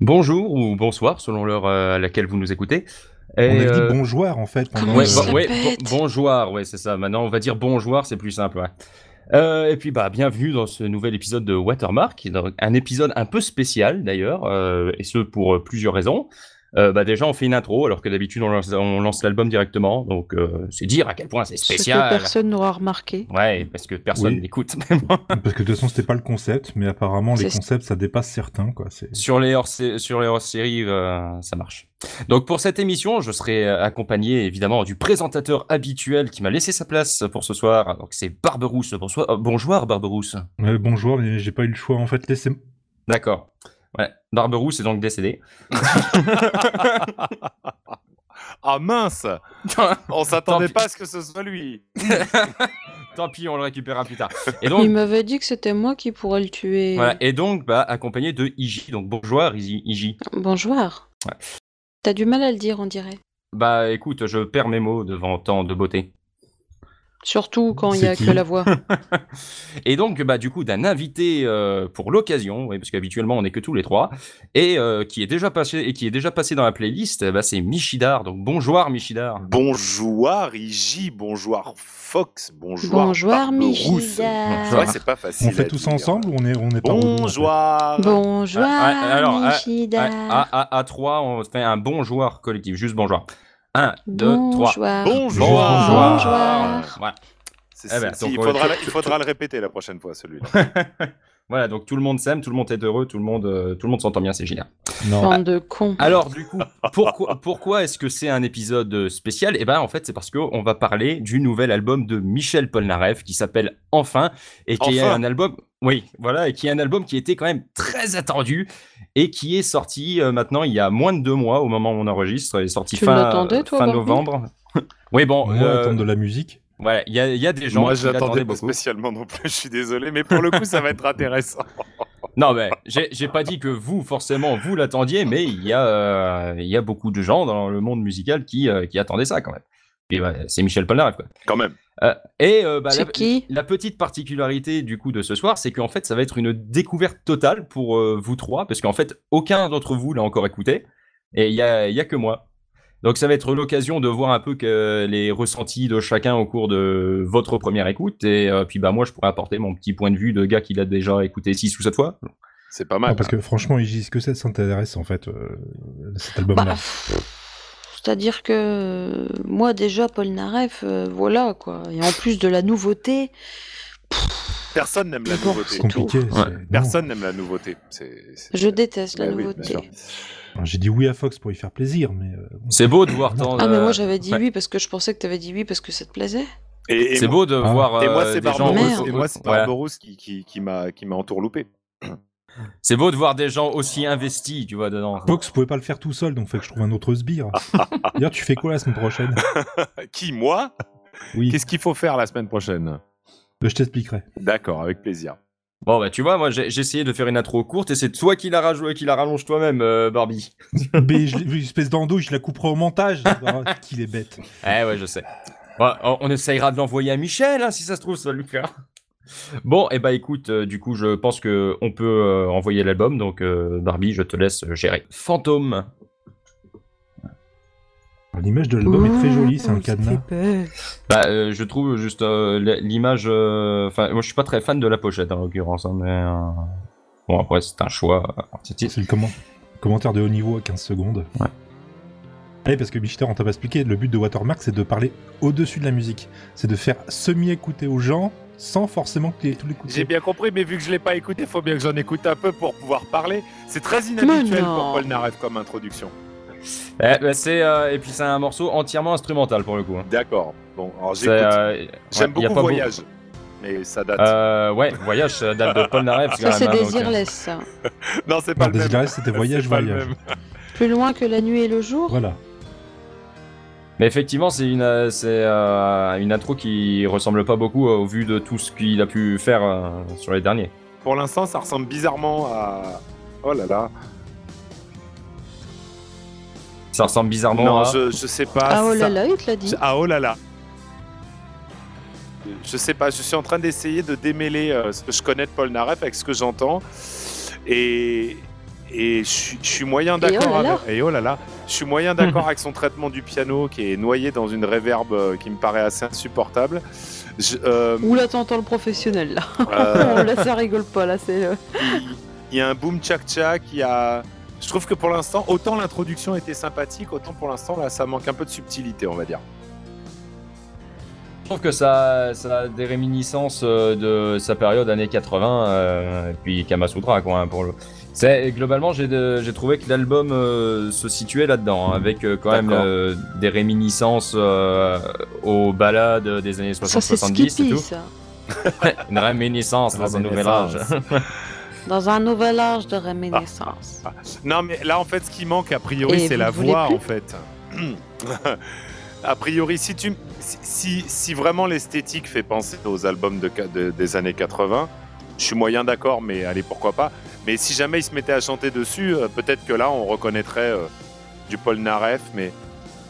Bonjour ou bonsoir, selon l'heure euh, à laquelle vous nous écoutez. On Et, avait dit euh, bonjour en fait. pendant Ouais, le- bon- ouais, Sapette. bon- bonjour, ouais, c'est ça. Maintenant, on va dire bonjour, c'est plus simple. ouais. Euh, et puis, bah, bienvenue dans ce nouvel épisode de Watermark, qui est donc un épisode un peu spécial d'ailleurs, euh, et ce pour euh, plusieurs raisons. Euh, bah, déjà, on fait une intro, alors que d'habitude, on lance, on lance l'album directement, donc euh, c'est dire à quel point c'est Ce que spécial. personne n'aura remarqué. Ouais, parce que personne Oui. n'écoute. Parce que de toute façon, c'était pas le concept, mais apparemment, les C'est- concepts, ça dépasse certains. Quoi. C'est- Sur les hors sur les hors-séries, euh, ça marche. Donc pour cette émission, je serai euh, accompagné évidemment du présentateur habituel qui m'a laissé sa place pour ce soir. Donc c'est Barberousse. Bonsoir, euh, bonjour Barberousse. Ouais, bonjour, mais j'ai pas eu le choix en fait. Laissez... D'accord. Ouais. Barberousse est donc décédé. Ah mince On s'attendait pas à ce que ce soit lui. Tant pis, on le récupérera plus tard. Et Il donc, m'avait dit que c'était moi qui pourrais le tuer. voilà. Et donc, bah, accompagné de Iji. Donc bonjour Iji- Iji. Bonjour. Ouais. T'as du mal à le dire, on dirait. Bah écoute, je perds mes mots devant tant de beauté. Surtout quand il n'y C'est a qui que la voix. Et donc, bah, du coup, d'un invité euh, pour l'occasion, oui, parce qu'habituellement on n'est que tous les trois, et euh, qui est déjà passé et qui est déjà passé dans la playlist, euh, bah, c'est Michidar. Donc bonjour Michidar. Bonjour Iji, bonjour Fox, bonjour. Bonjour, Barberousse. Michida. Ouais, c'est pas facile. On fait à tout dire. ça ensemble ou on est, on est par rouleau, en fait Bonjour. Bonjour, Ah, ah, alors, ah, Michida. Ouais, à, à, à trois, on fait un bon joueur collectif, juste bonjour. Un, deux, Bonjour. trois. Bonjour. Bonjour. Voilà. C'est Eh ben, celle-ci, donc, il on- faudra, il faudra le répéter la prochaine fois celui-là. Voilà, donc tout le monde s'aime, tout le monde est heureux, tout le monde, euh, tout le monde s'entend bien, c'est génial. Non. Bande de cons. Alors du coup, pourquoi, pourquoi est-ce que c'est un épisode spécial Eh ben en fait, c'est parce qu'on va parler du nouvel album de Michel Polnareff qui s'appelle Enfin et qui est Enfin un album, oui, voilà, et qui est un album qui était quand même très attendu et qui est sorti euh, maintenant il y a moins de deux mois au moment où on enregistre, il est sorti Tu fin, euh, l'attendais, toi, fin Barbie novembre. oui bon, Moi, euh, attendre de la musique. voilà, il y, a- il y a des gens Moi, qui j'attendais l'attendaient pas beaucoup. spécialement non plus, je suis désolé, mais pour le coup, ça va être intéressant. Non, mais j'ai j'ai pas dit que vous, forcément, vous l'attendiez, mais il y, a, euh, il y a beaucoup de gens dans le monde musical qui, euh, qui attendaient ça quand même. Et bah, c'est Michel Polnareff, quoi. Quand même. Euh, et euh, bah, la, C'est qui la petite particularité du coup de ce soir, c'est qu'en fait, ça va être une découverte totale pour euh, vous trois, parce qu'en fait, aucun d'entre vous l'a encore écouté, et il y a, il y a que moi. Donc ça va être l'occasion de voir un peu que les ressentis de chacun au cours de votre première écoute, et euh, puis bah moi, je pourrais apporter mon petit point de vue de gars qui l'a déjà écouté six ou sept fois. C'est pas Non, mal. Ah, parce que franchement, Iji, ce que ça s'intéresse en fait, euh, cet Bah, album-là. pff, C'est-à-dire que euh, moi déjà, Paul Naref, euh, voilà quoi. Et en plus de la nouveauté, Personne n'aime la Bon, nouveauté. c'est compliqué. c'est- Ouais. non. Personne n'aime la nouveauté. C'est- c'est- je déteste la Bah oui, bien nouveauté. sûr. J'ai dit oui à Fox pour y faire plaisir, mais. euh, bon. C'est beau de voir tant. ah mais euh, moi j'avais dit ouais. oui parce que je pensais que t'avais dit oui parce que ça te plaisait. Et, et C'est moi- beau de Ah. voir. Et moi, euh, c'est des gens Barberousse, aussi- et moi, c'est Voilà. Barberousse qui, qui, qui m'a qui m'a entourloupé. C'est beau de voir des gens aussi investis, tu vois, dedans. Ah. Fox pouvait pas le faire tout seul, donc fait que je trouve un autre sbire. D'ailleurs, tu fais quoi la semaine prochaine Euh, Qui, moi Oui, Qu'est-ce qu'il faut faire la semaine prochaine je t'expliquerai. D'accord, avec plaisir. Bon, bah, tu vois, moi, j'ai j'ai essayé de faire une intro courte et c'est toi qui la, rajou- qui la rallonge toi-même, euh, Barbie. Mais je l'ai vu, espèce d'endo, je la couperai au montage. Ah, Qu'il est bête. Eh ouais, je sais. Ouais, on on essayera de l'envoyer à Michel, hein, si ça se trouve, ça va lui faire. Bon, et eh bah écoute, euh, du coup, je pense que on peut euh, envoyer l'album, donc euh, Barbie, je te laisse euh, gérer. Fantôme. Alors, L'image de l'album est très jolie, c'est un Ouh, ça cadenas. fait peur. Bah, euh, je trouve juste euh, l- l'image. euh, Enfin, moi, je suis pas très fan de la pochette en l'occurrence, hein, mais euh, bon après, c'est un choix euh, artistique. C'est le comment- commentaire de haut niveau à 15 secondes. Ouais. Allez, parce que Michiter, on t'a pas expliqué, le but de Watermark, c'est de parler au-dessus de la musique. C'est de faire semi-écouter aux gens sans forcément que les- tout J'ai l'écouter. bien compris, mais vu que je l'ai pas écouté, faut bien que j'en écoute un peu pour pouvoir parler. C'est très Mais inhabituel non. pour Paul Naref comme introduction. Eh, bah, c'est euh, et puis c'est un morceau entièrement instrumental pour le coup. hein. D'accord. Bon, alors C'est, j'écoute. euh, J'aime ouais, y a beaucoup pas Voyage, mais ça date. Euh, ouais, voyage, ça date de Paul Naref. Ça c'est quand même, hein, donc, euh, désirless ça. Non, c'est pas Non, le même. Desiderless, c'était voyage, C'est pas le voyage. même. Plus loin que la nuit et le jour. Voilà. euh, Mais effectivement, c'est une, euh, c'est euh, une intro qui ressemble pas beaucoup euh, au vu de tout ce qu'il a pu faire euh, sur les derniers. Pour l'instant, ça ressemble bizarrement à. Oh là là. Ça ressemble bizarrement. non, à... je, je sais pas. Ah oh là ça- là, il te l'a dit. Je- Ah oh là là. Je sais pas, je suis en train d'essayer de démêler euh, ce que je connais de Paul Naref avec ce que j'entends. Et, Et je suis- je suis moyen Et oh là d'accord là. avec. Et oh là là, je suis moyen d'accord avec son traitement du piano qui est noyé dans une réverbe euh, qui me paraît assez insupportable. Je- euh, Ouh là, t'entends le professionnel là. euh, Oh, là, ça rigole pas là, c'est. euh, il- il y a un boom tchak tchak, il y a. Je trouve que pour l'instant, autant l'introduction était sympathique, autant pour l'instant là, ça manque un peu de subtilité, on va dire. Je trouve que ça, ça a des réminiscences euh, de sa période années 80, euh, et puis Kamasutra, quoi, hein, pour le... C'est, globalement, j'ai, de- j'ai trouvé que l'album euh, se situait là-dedans, hein, avec euh, quand même D'accord. euh, des réminiscences euh, aux balades des années Ça, 60-70 c'est et Skippy tout. ça. Une réminiscence dans un nouvel âge. Dans un nouvel âge de Ah. réminiscence. Non, mais là, en fait, ce qui manque, a priori, Et c'est vous la voulez voix, plus en fait. a priori, si, tu, si, si, si vraiment l'esthétique fait penser aux albums de, de- des années 80, je suis moyen d'accord, mais allez, pourquoi pas. Mais si jamais il se mettait à chanter dessus, euh, peut-être que là, on reconnaîtrait euh, du Paul Naref, mais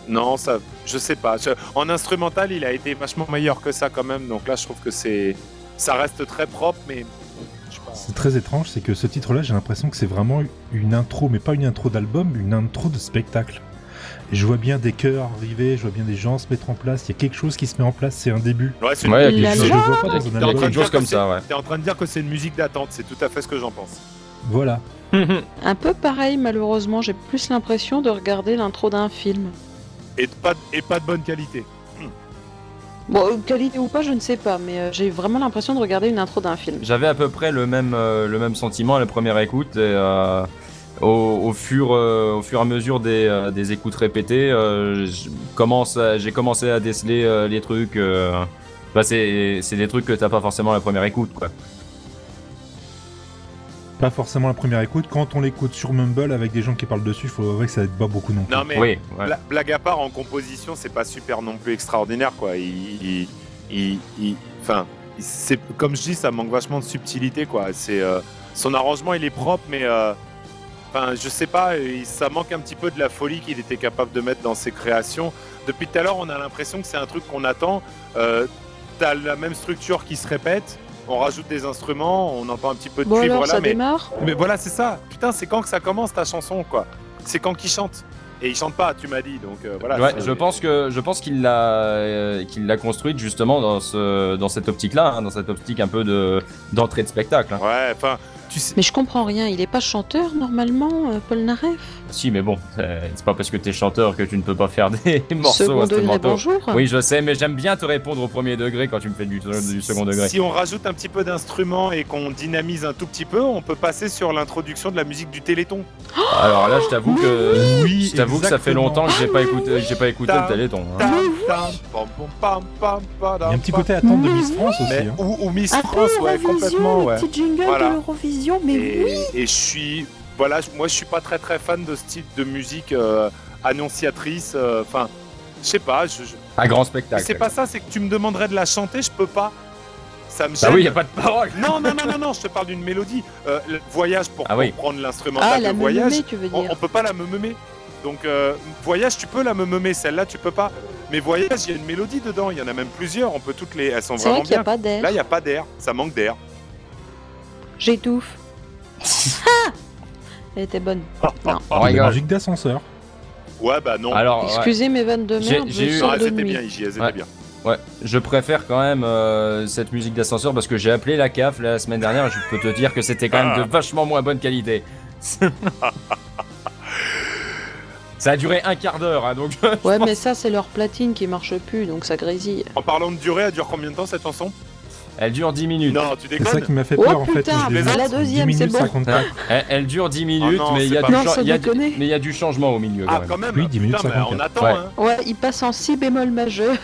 non, ça, je sais pas. Je- en instrumental, il a été vachement meilleur que ça, quand même. Donc là, je trouve que c'est, ça reste très propre, mais je sais pas. C'est très étrange, c'est que ce titre-là, j'ai l'impression que c'est vraiment une intro, mais pas une intro d'album, une intro de spectacle. Et je vois bien des chœurs arriver, je vois bien des gens se mettre en place, il y a quelque chose qui se met en place, c'est un début. Ouais, c'est Ouais, et puis La je- je je le vois vois pas pas dans un dans- quelque en train de chose album. dire que comme c'est- ça, ouais. T'es en train de dire que c'est une musique d'attente, c'est tout à fait ce que j'en pense. Voilà. Un peu pareil, malheureusement, j'ai plus l'impression de regarder l'intro d'un film. Et de pas, et pas de bonne qualité. Bon, euh, qualité ou pas, je ne sais pas, mais euh, j'ai vraiment l'impression de regarder une intro d'un film. J'avais à peu près le même, euh, le même sentiment à la première écoute. Et, euh, au, au fur, euh, au fur et à mesure des, euh, des écoutes répétées, euh, je commence à- j'ai commencé à déceler euh, les trucs. euh, bah, c'est c'est des trucs que t'as pas forcément à la première écoute. quoi. Pas forcément la première écoute, quand on l'écoute sur Mumble avec des gens qui parlent dessus, faut avouer que ça aide pas beaucoup non plus. Non mais oui, ouais. bla- blague à part, en composition, c'est pas super non plus extraordinaire quoi. Il, il- il- il- enfin, il- c'est comme je dis, ça manque vachement de subtilité quoi. C'est euh, son arrangement, il est propre, mais euh, enfin, je sais pas, il- ça manque un petit peu de la folie qu'il était capable de mettre dans ses créations. Depuis tout à l'heure, on a l'impression que c'est un truc qu'on attend. Euh, T'as la même structure qui se répète. On rajoute des instruments, on entend un petit peu de Bon cuivre alors, là, ça mais démarre mais voilà, c'est ça. Putain, c'est quand que ça commence ta chanson, quoi. C'est quand qu'il chante. Et il chante pas, tu m'as dit. Donc euh, voilà. Ouais, c'est- je pense que je pense qu'il l'a euh, qu'il l'a construite justement dans ce dans cette optique là, dans cette optique un peu de d'entrée de spectacle. hein. Ouais, enfin, tu sais. Mais je comprends rien, il est pas chanteur normalement, euh, Paul Naref Si, mais bon, euh, c'est pas parce que t'es chanteur que tu ne peux pas faire des morceaux Second degré, instrumentaux. bonjour Oui, je sais, mais j'aime bien te répondre au premier degré quand tu me fais du, du second degré. Si on rajoute un petit peu d'instruments et qu'on dynamise un tout petit peu, on peut passer sur l'introduction de la musique du Téléthon. Alors là, je t'avoue que Oui, je t'avoue que ça fait exactement. longtemps que j'ai pas écouté, que j'ai pas écouté Ta- le Téléthon. hein. Tam, pam, pam, pam, pam, pam, Il y a un petit pam. côté attente de Miss France aussi. Mais- hein. ou, ou Miss Un peu France, ouais, complètement, l'Eurovision, ouais. le petit jingle Voilà. de l'Eurovision, mais Et, oui et je suis, voilà, je- moi je suis pas très très fan de ce type de musique euh, annonciatrice. euh, Enfin, je sais pas, je, je- Un grand Mais spectacle. c'est pas ça, c'est que tu me demanderais de la chanter, je peux pas. Ça me gêne. Bah oui, y a pas de parole. Non, non, non, non, non, je te parle d'une mélodie. Euh, le voyage pour Ah oui. prendre l'instrumental Ah, de la voyage. mémé, tu veux On, dire on peut pas la me meumer. Donc euh, voyage, tu peux la me meumer, celle-là tu peux pas. Mais voyage, il y a une mélodie dedans, il y en a même plusieurs, on peut toutes les elles sont C'est vrai vraiment qu'il n'y a bien. pas d'air. Là, il y a pas d'air, ça manque d'air. J'étouffe. ah Elle était bonne. Oh, On Des rigole. musiques d'ascenseur. Ouais, bah non. Alors, ouais. Excusez mes vannes de J'ai- merde, j'ai eu- je Ah, sors de c'était nuit. bien, IJ, c'était Ah, Ouais. bien. Ouais, je préfère quand même euh, cette musique d'ascenseur parce que j'ai appelé la CAF la semaine dernière et je peux te dire que c'était quand Ah. même de vachement moins bonne qualité. Ça a duré un quart d'heure, hein, donc. Ouais, mais ça, c'est leur platine qui marche plus, donc ça grésille. En parlant de durée, elle dure combien de temps cette chanson Elle dure 10 minutes. Non, tu C'est ça déconnes qui m'a fait Oh, peur en fait. putain, quand je l'ai mais vu. la 10 deuxième, c'est minutes bon. 54. Elle, elle dure 10 minutes, Oh non, mais il y, a c'est du pas- Non, chan- sans il y a du- déconner. mais il y a du changement au milieu. Ah, quand même. quand même. Oui, 10 minutes Putain, bah, on 54. attend, Ouais. hein. Ouais, il passe en si bémol majeur.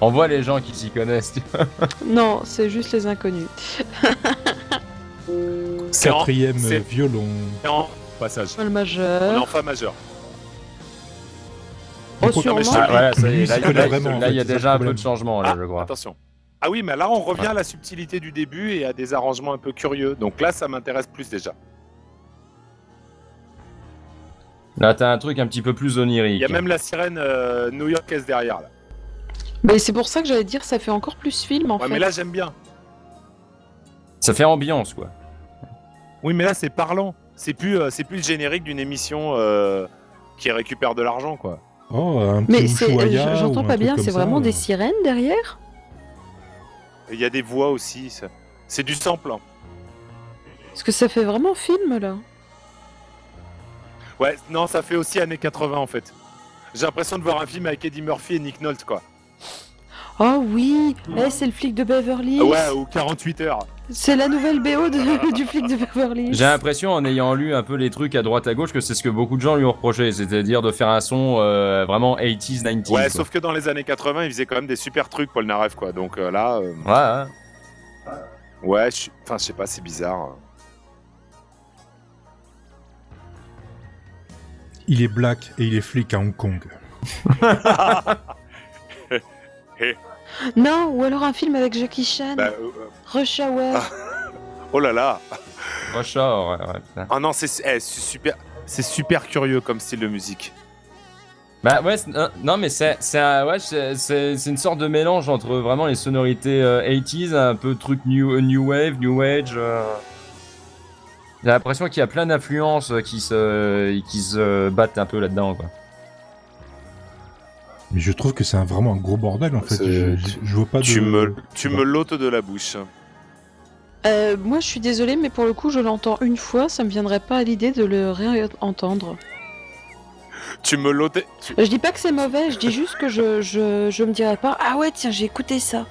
On voit les gens qui s'y connaissent. tu non, c'est juste les inconnus. Ah. C'est en, Quatrième c'est- euh, violon. c'est en passage. Bémol On est majeur. en fa majeur. Oh, Pourquoi- non, mais je- sûrement. Ah, voilà, ça y est, là, Lui, il connaît là, vraiment, en là, il y a fait, c'est ça le déjà un peu problème. de changement, là, je crois. Attention. Ah oui, mais là, on revient à la subtilité du début et à des arrangements un peu curieux. Donc là, ça m'intéresse plus déjà. Là, t'as un truc un petit peu plus onirique. Il y a même la sirène euh, new-yorkaise derrière. Là. Mais c'est pour ça que j'allais dire, ça fait encore plus film en Ouais, fait. mais là, j'aime bien. Ça fait ambiance, quoi. Oui, mais là, c'est parlant. C'est plus, euh, c'est plus le générique d'une émission euh, qui récupère de l'argent, quoi. Oh, un petit Mais c'est- euh, Ushuaïa ou un j'entends pas truc bien, comme c'est ça, vraiment euh. des sirènes derrière Il y a des voix aussi. ça. C'est du sample. hein. Parce que ça fait vraiment film là. Ouais, non, ça fait aussi années 80 en fait. J'ai l'impression de voir un film avec Eddie Murphy et Nick Nolte, quoi. Oh oui, Eh, c'est le flic de Beverly Hills. Ouais, ou 48 heures. C'est la nouvelle BO de- du flic de Beverly Hills. J'ai l'impression, en ayant lu un peu les trucs à droite à gauche, que c'est ce que beaucoup de gens lui ont reproché, c'est-à-dire de faire un son euh, vraiment 80s, 90s. Ouais, quoi. sauf que dans les années 80, il faisait quand même des super trucs, Paul Narev, quoi. Donc euh, là, euh, Ouais, ouais. ouais, je suis- enfin, je sais pas, c'est bizarre. hein. Il est black et il est flic à Hong Kong. Non, ou alors un film avec Jackie Chan, Bah, euh, euh, Rush Hour. Ah. oh là là. Rush Hour, ouais, ouais, putain. Ah non, c'est eh, c'est super, c'est super curieux comme style de musique. Bah ouais, c'est- euh, non mais c'est c'est un- ouais, c'est- c'est- c'est une sorte de mélange entre vraiment les sonorités euh, 80s, un peu truc new, euh, new wave, new age. euh. J'ai l'impression qu'il y a plein d'influences euh, qui se, qui se battent un peu là-dedans. quoi. Mais je trouve que c'est un- vraiment un gros bordel en fait. C'est- Je, tu- je vois Ah, pas de. Tu me, tu Ouais. me l'ôtes de la bouche. Euh, moi je suis désolée, mais pour le coup je l'entends une fois, ça me viendrait pas à l'idée de le réentendre. Tu me l'ôtes. tu- Je dis pas que c'est mauvais, je dis juste que je, je, je me dirais pas Ah ouais, tiens, j'ai écouté ça.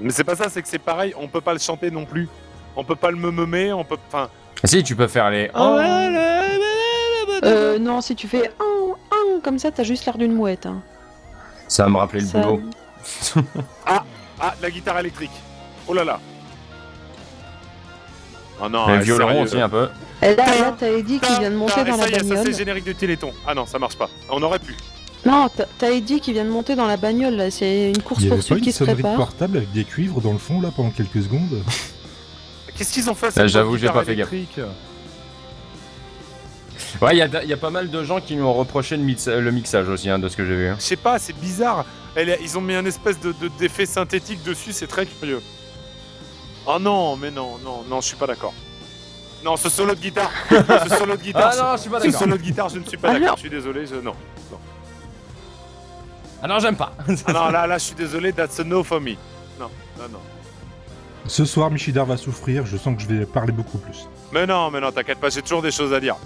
Mais c'est pas ça, c'est que c'est pareil. On peut pas le chanter non plus. On peut pas le meumer. On peut, enfin, Ah, Si tu peux faire les... Oh. Oh. Euh, non, si tu fais un, un comme ça, t'as juste l'air d'une mouette. Hein. Ça va me rappeler le Ça- boulot. ah, la guitare électrique. Oh là là. Oh non. les eh, violons sérieux. aussi hein. un peu. Et là, là, t'as Eddie qui vient de monter Ah, dans et ça la y est, ça c'est bagnole. le générique de Téléthon. Ah non, ça marche pas. On aurait pu. Non, t'as- t'as Eddie qui vient de monter dans la bagnole, là. c'est une course Il y avait pas poursuite une qui se sonnerie de prépare. portable avec des cuivres dans le fond là pendant quelques secondes Qu'est-ce qu'ils ont fait à Là, cette j'avoue, j'ai guitare pas fait gaffe. électrique Ouais, il y, a da- il y a pas mal de gens qui nous ont reproché le, mix- le mixage aussi, hein, de ce que j'ai vu. hein. Je sais pas, c'est bizarre. Elle est- ils ont mis un espèce de, de- d'effet synthétique dessus, c'est très curieux. Oh non, mais non, non, non, je suis pas d'accord. Non, ce solo de guitare, ce solo de guitare, Ah non, je suis pas ce d'accord. solo de guitare, je ne suis pas Ah d'accord. non. Je suis désolé, je non. Ah non, j'aime pas. Ah non, là, là, je suis désolé, that's a no for me. Non, non, non. Ce soir, Michidar va souffrir, je sens que je vais parler beaucoup plus. Mais non, mais non, t'inquiète pas, j'ai toujours des choses à dire.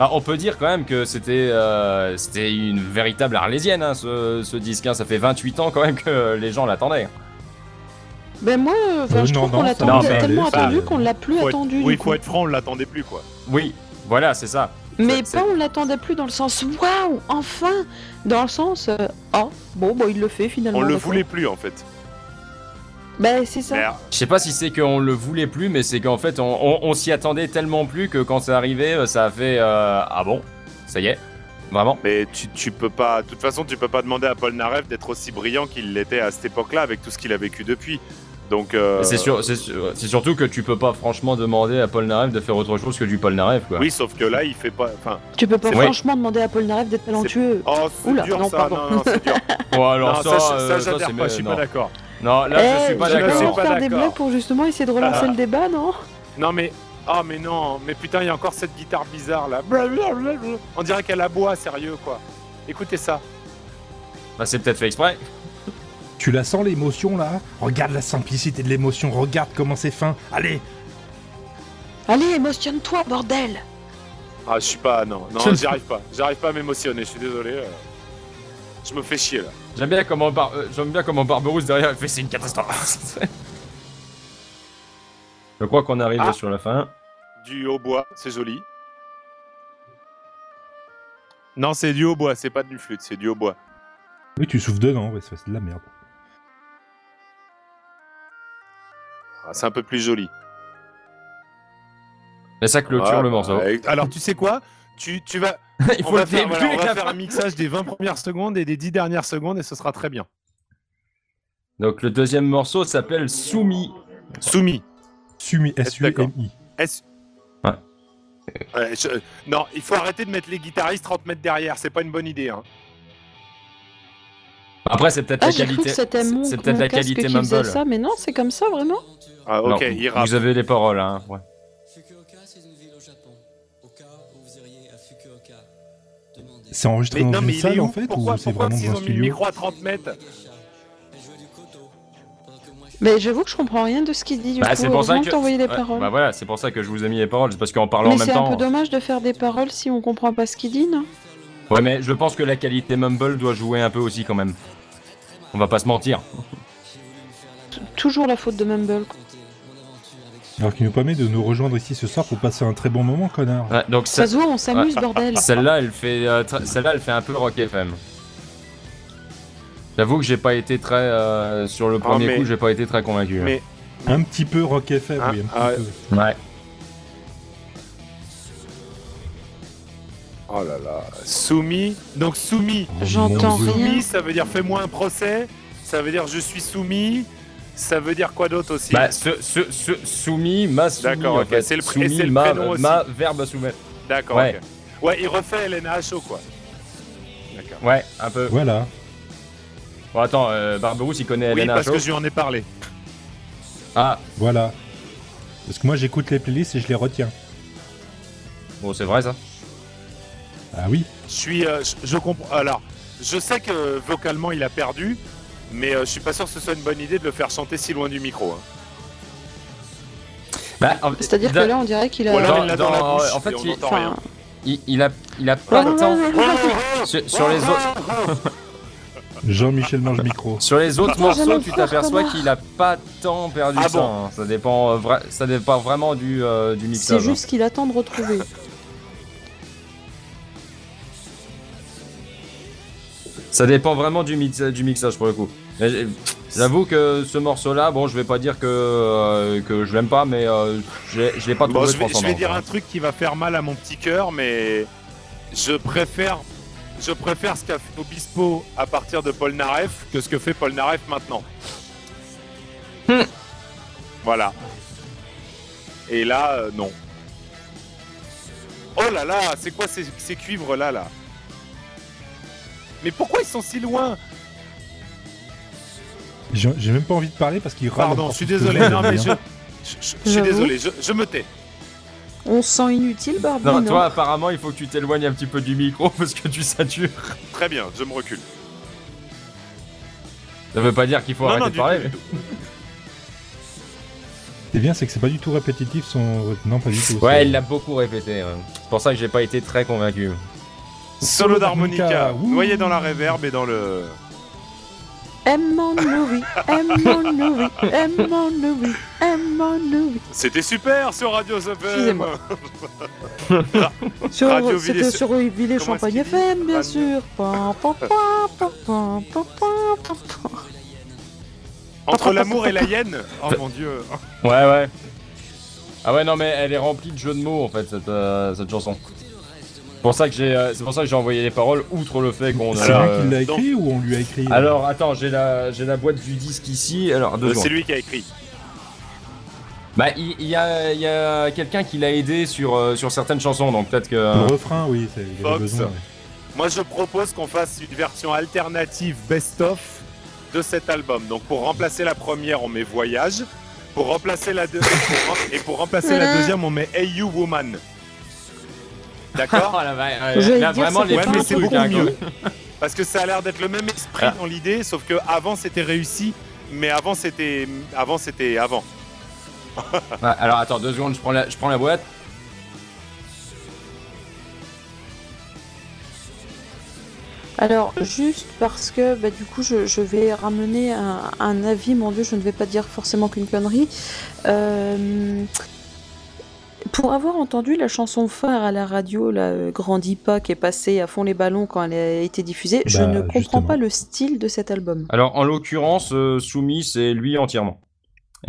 Ah, on peut dire quand même que c'était euh, c'était une véritable arlésienne, hein, ce, ce disque. hein. Ça fait 28 ans quand même que euh, les gens l'attendaient. Ben moi, euh, enfin, Euh, je non, trouve non, qu'on ça l'a va, tellement mais tellement allez, attendu ça- qu'on l'a plus Faut être- attendu. oui, du faut coup. être franc, on l'attendait plus, quoi. Oui, voilà, c'est ça. Mais c'est- pas on l'attendait plus dans le sens waouh, enfin Dans le sens euh, ah, bon, bah il le fait finalement. On le d'accord. voulait plus, en fait. Ben c'est ça. Mais, Je sais pas si c'est qu'on le voulait plus, mais c'est qu'en fait, on, on- on s'y attendait tellement plus que quand c'est arrivé, euh, ça a fait euh, Ah bon Ça y est Vraiment mais tu, tu peux pas, de toute façon, tu peux pas demander à Paul Narev d'être aussi brillant qu'il l'était à cette époque-là, avec tout ce qu'il a vécu depuis. Donc, euh, C'est sûr, c'est sûr- c'est surtout que tu peux pas franchement demander à Paul Narev de faire autre chose que du Paul Narev, quoi. Oui, sauf que là, il fait pas. Enfin, Tu peux pas C'est- ouais. franchement demander à Paul Narev d'être talentueux. oh, c'est Oula, dur non, ça. pardon. Non, non, c'est dur. Oh, alors non, ça, ça, euh, ça, ça, j'adhère c'est pas. mieux, Je suis non. pas d'accord. Non, là, je Eh, suis pas je tu vas suis d'accord. pas faire des d'accord. blagues pour justement essayer de relancer Ah. le débat, non Non, mais ah, mais non, mais putain, il y a encore cette guitare bizarre là. Blablabla. On dirait qu'elle aboie, sérieux quoi. Écoutez ça. Bah, c'est peut-être fait exprès. Tu la sens l'émotion là Regarde la simplicité de l'émotion, regarde comment c'est fin. Allez Allez, émotionne-toi, bordel Ah, je suis pas. Non, non, j'y arrive pas. J'arrive pas à m'émotionner. Je suis désolé. euh. Je me fais chier là. J'aime bien comment, Bar- euh, j'aime bien comment Barberousse derrière il fait c'est une catastrophe. Je crois qu'on arrive Ah. sur la fin. Du hautbois, c'est joli. Non, c'est du hautbois. C'est pas du flûte. C'est du hautbois. Oui, tu souffles dedans, ouais, c'est de la merde. Ah, c'est un peu plus joli. Mais ça clôture Ah, le bah, morceau. euh, Alors, tu sais quoi tu, tu vas, il on faut va, le faire, début voilà, on et va la faire fin. un mixage des 20 premières secondes et des 10 dernières secondes et ce sera très bien. Donc le deuxième morceau s'appelle Soumis. Soumis. Sumi, d'accord. S-U-M-I. Est-ce- Ouais. Ouais, je- Non, il faut arrêter de mettre les guitaristes 30 mètres derrière, c'est pas une bonne idée. hein. Après, c'est peut-être Ah, la j'ai cru qualité. que c'était c'est- mon, c'est mon peut-être la casque qualité qui mumble. faisait ça, mais non, c'est comme ça, vraiment Ah, ok, Non, il rappe. vous avez des paroles, hein. ouais. Fukuoka, c'est une ville au Japon. Au cas où vous iriez à Fukuoka, demandez. C'est enregistré Mais dans non, une mais il est salle où en fait Pourquoi- ou c'est pourquoi vraiment s'ils dans un ont mis le studio micro à 30 mètres Elle jouait du koto, pendant que moi, je- Mais j'avoue que je comprends rien de ce qu'il dit, du Bah, coup, c'est pour ça heureusement que- que t'envoyais des Ouais, paroles. Bah voilà, c'est pour ça que je vous ai mis les paroles, c'est parce qu'en parlant mais en même c'est un temps. peu dommage de faire des paroles si on comprend pas ce qu'il dit, non Ouais, mais je pense que la qualité mumble doit jouer un peu aussi quand même. On va pas se mentir. T- Toujours la faute de Mumble. quoi. Alors qu'il nous permet de nous rejoindre ici ce soir pour passer un très bon moment, connard. Ah. Ouais, donc Ça ça- se voit, on s'amuse, bordel. celle-là, elle fait, euh, tr- celle-là, elle fait un peu rock FM. J'avoue que j'ai pas été très euh, sur le premier Ah, mais- coup, j'ai pas été très convaincu. hein. mais- Un petit peu rock FM, Ah, oui, un petit ah, peu. Ouais. Oh là là. Soumis. Donc soumis. Oh, J'entends mon Dieu. rien. Soumis, ça veut dire fais-moi un procès. Ça veut dire je suis soumis. Ça veut dire quoi d'autre aussi Bah, ce, ce- ce- soumis, ma soumis. D'accord, en ok, fait. c'est le pr- et soumis, c'est le ma, prénom aussi. ma verbe soumettre. D'accord. ouais. ok. Ouais, il refait LNHO quoi. D'accord. Ouais, un peu. Voilà. Bon, attends, euh, Barberousse, il connaît Oui, LNHO. parce que je lui en ai parlé. Ah, Voilà. Parce que moi j'écoute les playlists et je les retiens. bon, c'est vrai ça. Ah oui Je suis. euh, je, je comprends. Alors, je sais que vocalement il a perdu, mais euh, je suis pas sûr que ce soit une bonne idée de le faire chanter si loin du micro. hein. Bah, en- C'est-à-dire que dans- là, on dirait qu'il a. Ou alors dans- il l'a dans, la dans- bouche. en fait, et on il- n'entend Enfin, rien. il, il a, il a pas le temps. Sur, sur les autres. Jean-Michel mange micro. Sur les autres Putain, j'allais morceaux, le tu faire, t'aperçois connard. qu'il a pas tant perdu Ah ça. bon hein. Ça dépend, euh, vra- ça dépend vraiment du, euh, du C'est mixage. hein. juste qu'il attend de retrouver. Ça dépend vraiment du, mix- du mixage pour le coup. Mais j'ai- J'avoue que ce morceau-là, bon, je vais pas dire que, euh, que je l'aime pas, mais euh, j'ai- je l'ai pas Bon, trouvé je, vais, je vais transcendant. dire un truc qui va faire mal à mon petit cœur, mais je préfère, je préfère ce qu'a fait Obispo à partir de Paul Naref que ce que fait Paul Naref maintenant. Voilà. Et là, euh, non. Oh là là, c'est quoi ces, ces cuivres là là Mais pourquoi ils sont si loin Ah, J'ai j'ai même pas envie de parler parce qu'il râle. Pardon, encore je suis plus que désolé. moi, Non mais je, hein. d'ailleurs. je- je- je suis J'avoue. désolé, je, je me tais. On se sent inutile, Barbie, Non, Ah, non, toi, apparemment, il faut que tu t'éloignes un petit peu du micro parce que tu satures. Très bien, je me recule. Ça veut pas dire qu'il faut Non, arrêter non, de du parler. tout, mais- du tout. C'est Eh bien, c'est que c'est pas du tout répétitif son. Non, pas du tout. Ouais, c'est- il l'a beaucoup répété. ouais. C'est pour ça que j'ai pas été très convaincu. Solo d'harmonica, Ouh. noyé dans la réverb et dans le. Aime mon movie, aime mon movie, aime mon movie, aime mon movie. C'était super sur Radio Zephyr. Excusez-moi. Sur, Radio c'était Villé- sur Villé Comment Champagne est-ce qu'il dit FM, bien Radio- sûr. Pam, pam, pam, pam, pam, pam, pam, pam. Entre l'amour et la hyène. Oh Fa- mon dieu. Ouais, ouais. Ah ouais, non, mais elle est remplie de jeux de mots en fait, cette, euh, cette chanson. C'est pour ça que j'ai, euh, c'est pour ça que j'ai envoyé les paroles outre le fait qu'on a. C'est la- lui qui l'a écrit ou on lui a écrit euh, Alors, attends, j'ai la, j'ai la boîte du disque ici. Alors, deux Euh, C'est secondes. lui qui a écrit. Bah, il il y, a, il y a quelqu'un qui l'a aidé sur, euh, sur certaines chansons, donc peut-être que. euh, Le refrain, oui, c'est il y avait Fox. besoin. ouais. Moi, je propose qu'on fasse une version alternative best-of de cet album. Donc, pour remplacer la première, on met Voyage. Pour remplacer la deuxième et pour remplacer la deuxième, on met Hey You Woman. D'accord Oh, la vache, ouais, J'allais là, dire, vraiment, ça fait les pas deux un trucs, truc hein, mieux. quoi. Parce que ça a l'air d'être le même esprit Ah. dans l'idée, sauf que avant c'était réussi, mais avant c'était avant c'était avant. Ouais, alors attends, deux secondes, je prends la, je prends la boîte. Alors, juste parce que, bah, du coup, je, je vais ramener un, un avis, mon Dieu, je ne vais pas dire forcément qu'une connerie. Euh, pour avoir entendu la chanson phare à la radio, la euh, Grandis pas, qui est passée à fond les ballons quand elle a été diffusée, je Bah, ne comprends justement. pas le style de cet album. Alors, en l'occurrence, euh, Soumis, c'est lui entièrement.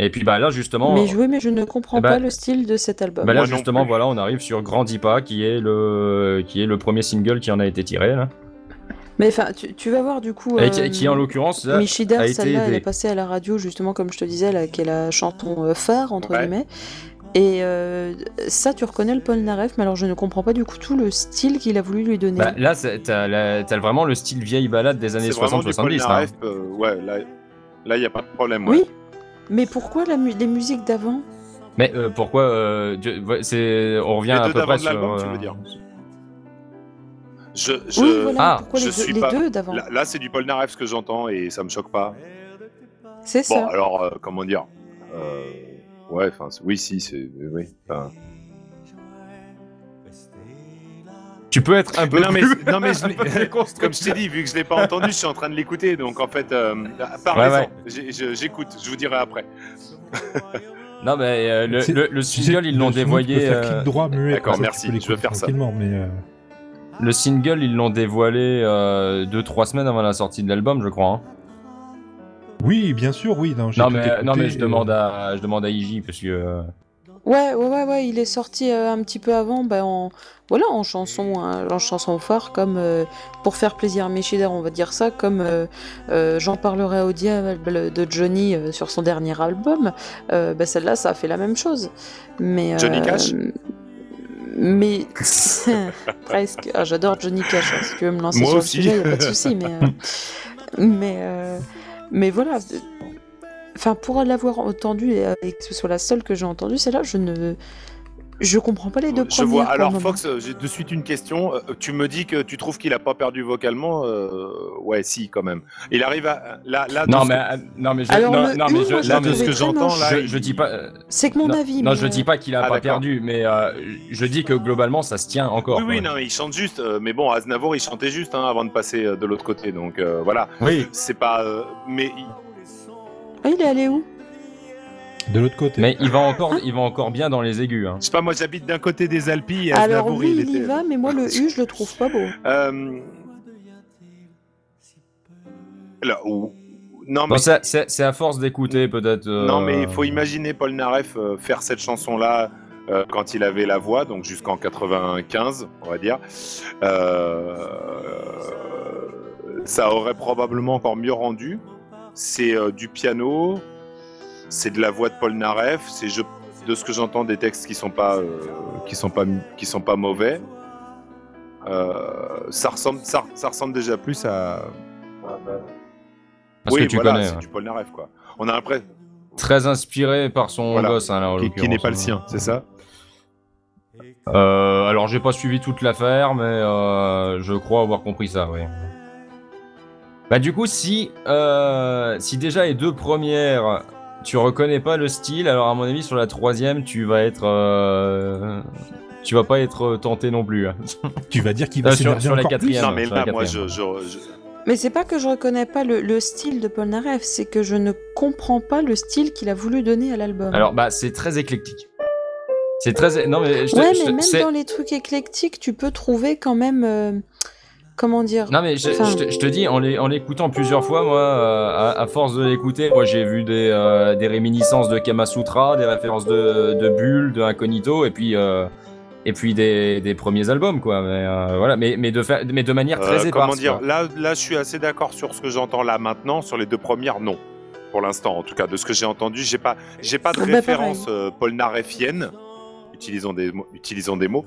Et puis, bah là, justement. Mais je, oui, mais je ne comprends Eh ben- pas le style de cet album. Bah là Moi non justement plus. voilà on arrive sur Grandis pas qui est le qui est le premier single qui en a été tiré là. mais enfin, tu, tu vas voir du coup. et qui, euh, qui, en l'occurrence là, a Michida, été celle-là, elle aidée. est passée à la radio, justement, comme je te disais, là, qui est la chanson euh, phare, entre Ouais. guillemets. Et euh, ça, tu reconnais le Paul Naref, mais alors je ne comprends pas du coup tout le style qu'il a voulu lui donner. Bah, là, c'est- t'as la- t'as vraiment le style vieille balade des années C'est vraiment du 60-70. là, hein. Polnareff, euh, ouais, là, là, il n'y a pas de problème. ouais. Oui, mais pourquoi la mu- les musiques d'avant Mais euh, pourquoi euh, Dieu- ouais, c'est- On revient Les à deux peu d'avant près de sur. l'album, tu veux euh, dire. Je, je- Oui, voilà, Ah, pourquoi les, je deux, suis les pas- deux d'avant Là, là, c'est du Polnareff ce que j'entends et ça me choque pas. C'est Bon, ça. alors, euh, comment dire Euh, Ouais, enfin, c'est- oui, si, c'est. Oui, enfin. Tu peux être un peu. Mais non, mais, plus- non, mais je un l'ai- peu plus constructif. comme je t'ai dit, vu que je l'ai pas entendu, je suis en train de l'écouter. Donc, en fait, euh, parlez-en. Ouais, ouais. J'ai- je- J'écoute, je vous dirai après. Non, mais euh, le, C'est- le, le single, ils l'ont dévoyé. euh, clic droit, muet. d'accord, comme ça, merci, tu peux je vais l'écouter faire ça. Tranquillement, mais euh, Le single, ils l'ont dévoilé 2-3 semaines avant la sortie de l'album, je crois. hein. oui, bien sûr, oui. Non, j'ai Non tout mais, euh, non, écouté, mais je et- demande à, je demande à Iji parce que. euh, Ouais, ouais, ouais, ouais, il est sorti euh, un petit peu avant, ben, en, voilà, en chanson, hein, en chanson phare, comme euh, pour faire plaisir à Michidar, on va dire ça, comme euh, euh, j'en parlerai au diable de Johnny euh, sur son dernier album. Euh, ben, celle-là, ça a fait la même chose. Mais, euh, Johnny Cash Mais presque. Ah, j'adore Johnny Cash. hein, si tu veux me lancer Moi sur aussi. le sujet, y a pas de souci. Mais euh, mais euh, mais voilà. Enfin, pour l'avoir entendu et euh, et que ce soit la seule que j'ai entendue, celle-là, je ne je comprends pas les deux Je premières. vois. pour le Alors, moment. Fox, euh, j'ai de suite une question. Euh, Tu me dis que tu trouves qu'il a pas perdu vocalement euh, Ouais, si, quand même. Il arrive à. Là, là, de Non ce mais, Ah, que- euh, non mais je, Alors, non, le non, mais une, je, moi, je non, l'ai mais trouvé ce que très j'entends moche. là, je, je dis pas. euh, C'est que mon non, avis. non, mais, je dis pas qu'il a pas Ah, d'accord. perdu, mais euh, je dis que globalement ça se tient encore. Oui, oui, quoi. non, il chante juste. euh, mais bon, Aznavour, il chantait juste hein, avant de passer euh, de l'autre côté. Donc euh, voilà, Oui, c'est pas. euh, mais il- Ah, il est allé où De l'autre côté. mais il va encore, il va encore bien dans les aigus. hein. je sais pas, moi, j'habite d'un côté des Alpes. Et Alors Aznavour, oui, il y était- va, mais moi le U, je le trouve pas beau. Euh, là, ou- Non, mais Bon, c'est c'est- c'est à force d'écouter peut-être. euh, Non, mais il faut imaginer Paul Naref euh, faire cette chanson-là euh, quand il avait la voix, donc jusqu'en 95, on va dire. Euh, ça aurait probablement encore mieux rendu. C'est euh, du piano, c'est de la voix de Paul Naref, c'est je- de ce que j'entends des textes qui sont pas euh, qui sont pas qui sont pas mauvais. Euh, ça ressemble ça, ça ressemble déjà plus à Parce oui que tu voilà connais. c'est hein. du Paul Naref quoi. On a l'impression Très inspiré par son Voilà. gosse hein, là, en qui, qui n'est l'occurrence, pas le hein. sien, c'est ça Euh, alors j'ai pas suivi toute l'affaire, mais euh, je crois avoir compris ça, oui. Bah du coup, si, euh, si déjà les deux premières, tu reconnais pas le style, alors à mon avis sur la troisième, tu vas être, euh, tu vas pas être tenté non plus. hein. Tu vas dire qu'il va Euh, sur- s'énerver sur la Bah, encore plus. quatrième. Non, mais sur la là, moi, je, quatrième. je- je- Mais c'est pas que je reconnais pas le, le style de Paul Naref, c'est que je ne comprends pas le style qu'il a voulu donner à l'album. Alors bah c'est très éclectique. C'est très, non mais je te- ouais, je te- mais même c'est- dans les trucs éclectiques, tu peux trouver quand même. euh, comment dire Non mais je, Enfin- je te- je te dis, en l'é- en l'écoutant plusieurs fois, moi, euh, à, à force de l'écouter, moi j'ai vu des, euh, des réminiscences de Kamasutra, des références de, de Bull, de Incognito, et puis, euh, et puis des, des premiers albums, quoi. Mais, euh, voilà, mais, mais, de, fa- mais de manière euh, très éparse. comment dire quoi. là, là, je suis assez d'accord sur ce que j'entends là maintenant. Sur les deux premières, non. Pour l'instant, en tout cas, de ce que j'ai entendu, j'ai pas, j'ai pas de Bah, référence euh, polnarefienne. Utilisons des, mots- utilisons des mots.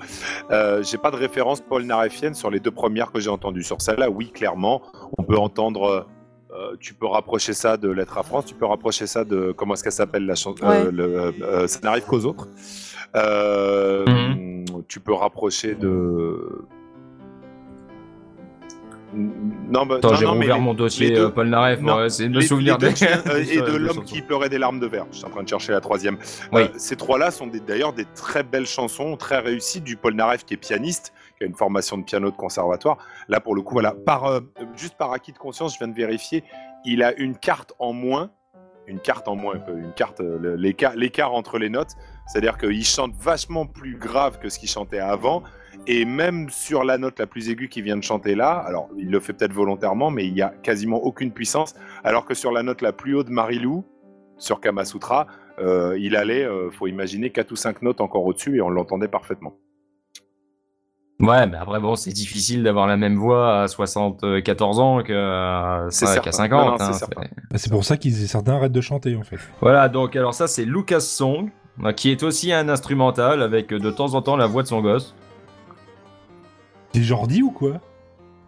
Euh, j'ai pas de référence polnarefienne sur les deux premières que j'ai entendues. Sur celle-là, oui, clairement, on peut entendre. euh, euh, tu peux rapprocher ça de Lettre à France, tu peux rapprocher ça de. Comment est-ce qu'elle s'appelle la euh, chanson Ouais. Ça n'arrive qu'aux autres. Euh, Tu peux rapprocher de. Non, mais, Attends, non, j'ai non, mais rouvert les- mon dossier les deux- euh, Paul Naref, non, moi, ouais, c'est de les- souvenir les deux des... qui- euh, et de des l'homme chansons. qui pleurait des larmes de verre. Je suis en train de chercher la troisième. Euh, Oui. ces trois-là sont des- d'ailleurs des très belles chansons, très réussies du Paul Naref qui est pianiste, qui a une formation de piano de conservatoire. Là, pour le coup, voilà, par, euh, juste par acquis de conscience, je viens de vérifier, il a une carte en moins, une carte en moins, euh, une carte, euh, le- l'écart l'écart entre les notes. C'est-à-dire qu'il chante vachement plus grave que ce qu'il chantait avant. Et même sur la note la plus aiguë qu'il vient de chanter là, alors il le fait peut-être volontairement, mais il n'y a quasiment aucune puissance. Alors que sur la note la plus haute de Marilou, sur Kamasutra, euh, il allait, euh, faut imaginer, 4 ou 5 notes encore au-dessus et on l'entendait parfaitement. Ouais, mais après, bon, c'est difficile d'avoir la même voix à 74 ans que, euh, C'est qu'à certain. 50. Non, non, c'est hein, certain. c'est- Bah, c'est pour ça qu'ils certains arrêtent de chanter en fait. Voilà, donc alors ça c'est Lucas Song. euh, qui est aussi un instrumental avec euh, de temps en temps la voix de son gosse. C'est Jordi ou quoi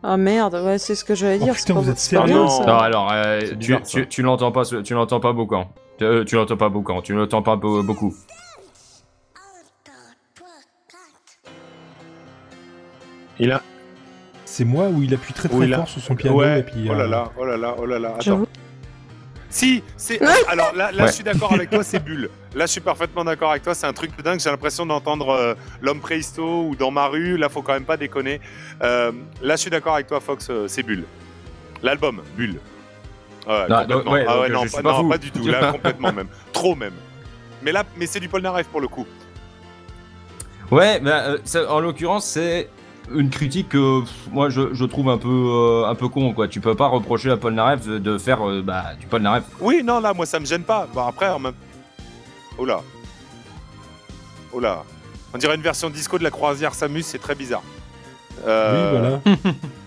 Ah merde, ouais, c'est ce que j'allais Oh dire. putain, c'est pas vous votre êtes sérieux expérience, Non, ça. Non, alors, euh, Oh. C'est tu- bizarre, tu, ça. tu l'entends pas, tu l'entends pas beaucoup. Euh, tu l'entends pas beaucoup, tu l'entends pas beau- beaucoup. Il a. C'est moi où il appuie très très Oui, là. fort sur son piano ouais. et puis. Oh là euh, là, oh là là, oh là là. Attends. J'avoue. Si, c'est. Alors là, là Ouais. je suis d'accord avec toi, c'est Bulle. Là, je suis parfaitement d'accord avec toi, c'est un truc de dingue. J'ai l'impression d'entendre euh, l'homme préhisto ou dans ma rue. Là, faut quand même pas déconner. Euh, là, je suis d'accord avec toi, Fox, euh, c'est Bulle. L'album, Bulle. Ouais, Non, complètement. donc, ouais, ah ouais, donc, non, je suis pas, pas non, fou. pas du tout. Là, complètement même. Trop même. Mais là, mais c'est du Polnareff pour le coup. Ouais, bah, euh, ça, en l'occurrence, c'est une critique que pff, moi je, je trouve un peu, euh, un peu con, quoi. Tu peux pas reprocher à Paul Naref de, de faire euh, bah, du Paul Naref. Oui, non, là, moi, ça me gêne pas. Bon, après, en même... Oh là. Oh là. On dirait une version disco de la croisière Samus, c'est très bizarre. Oui, Euh, voilà.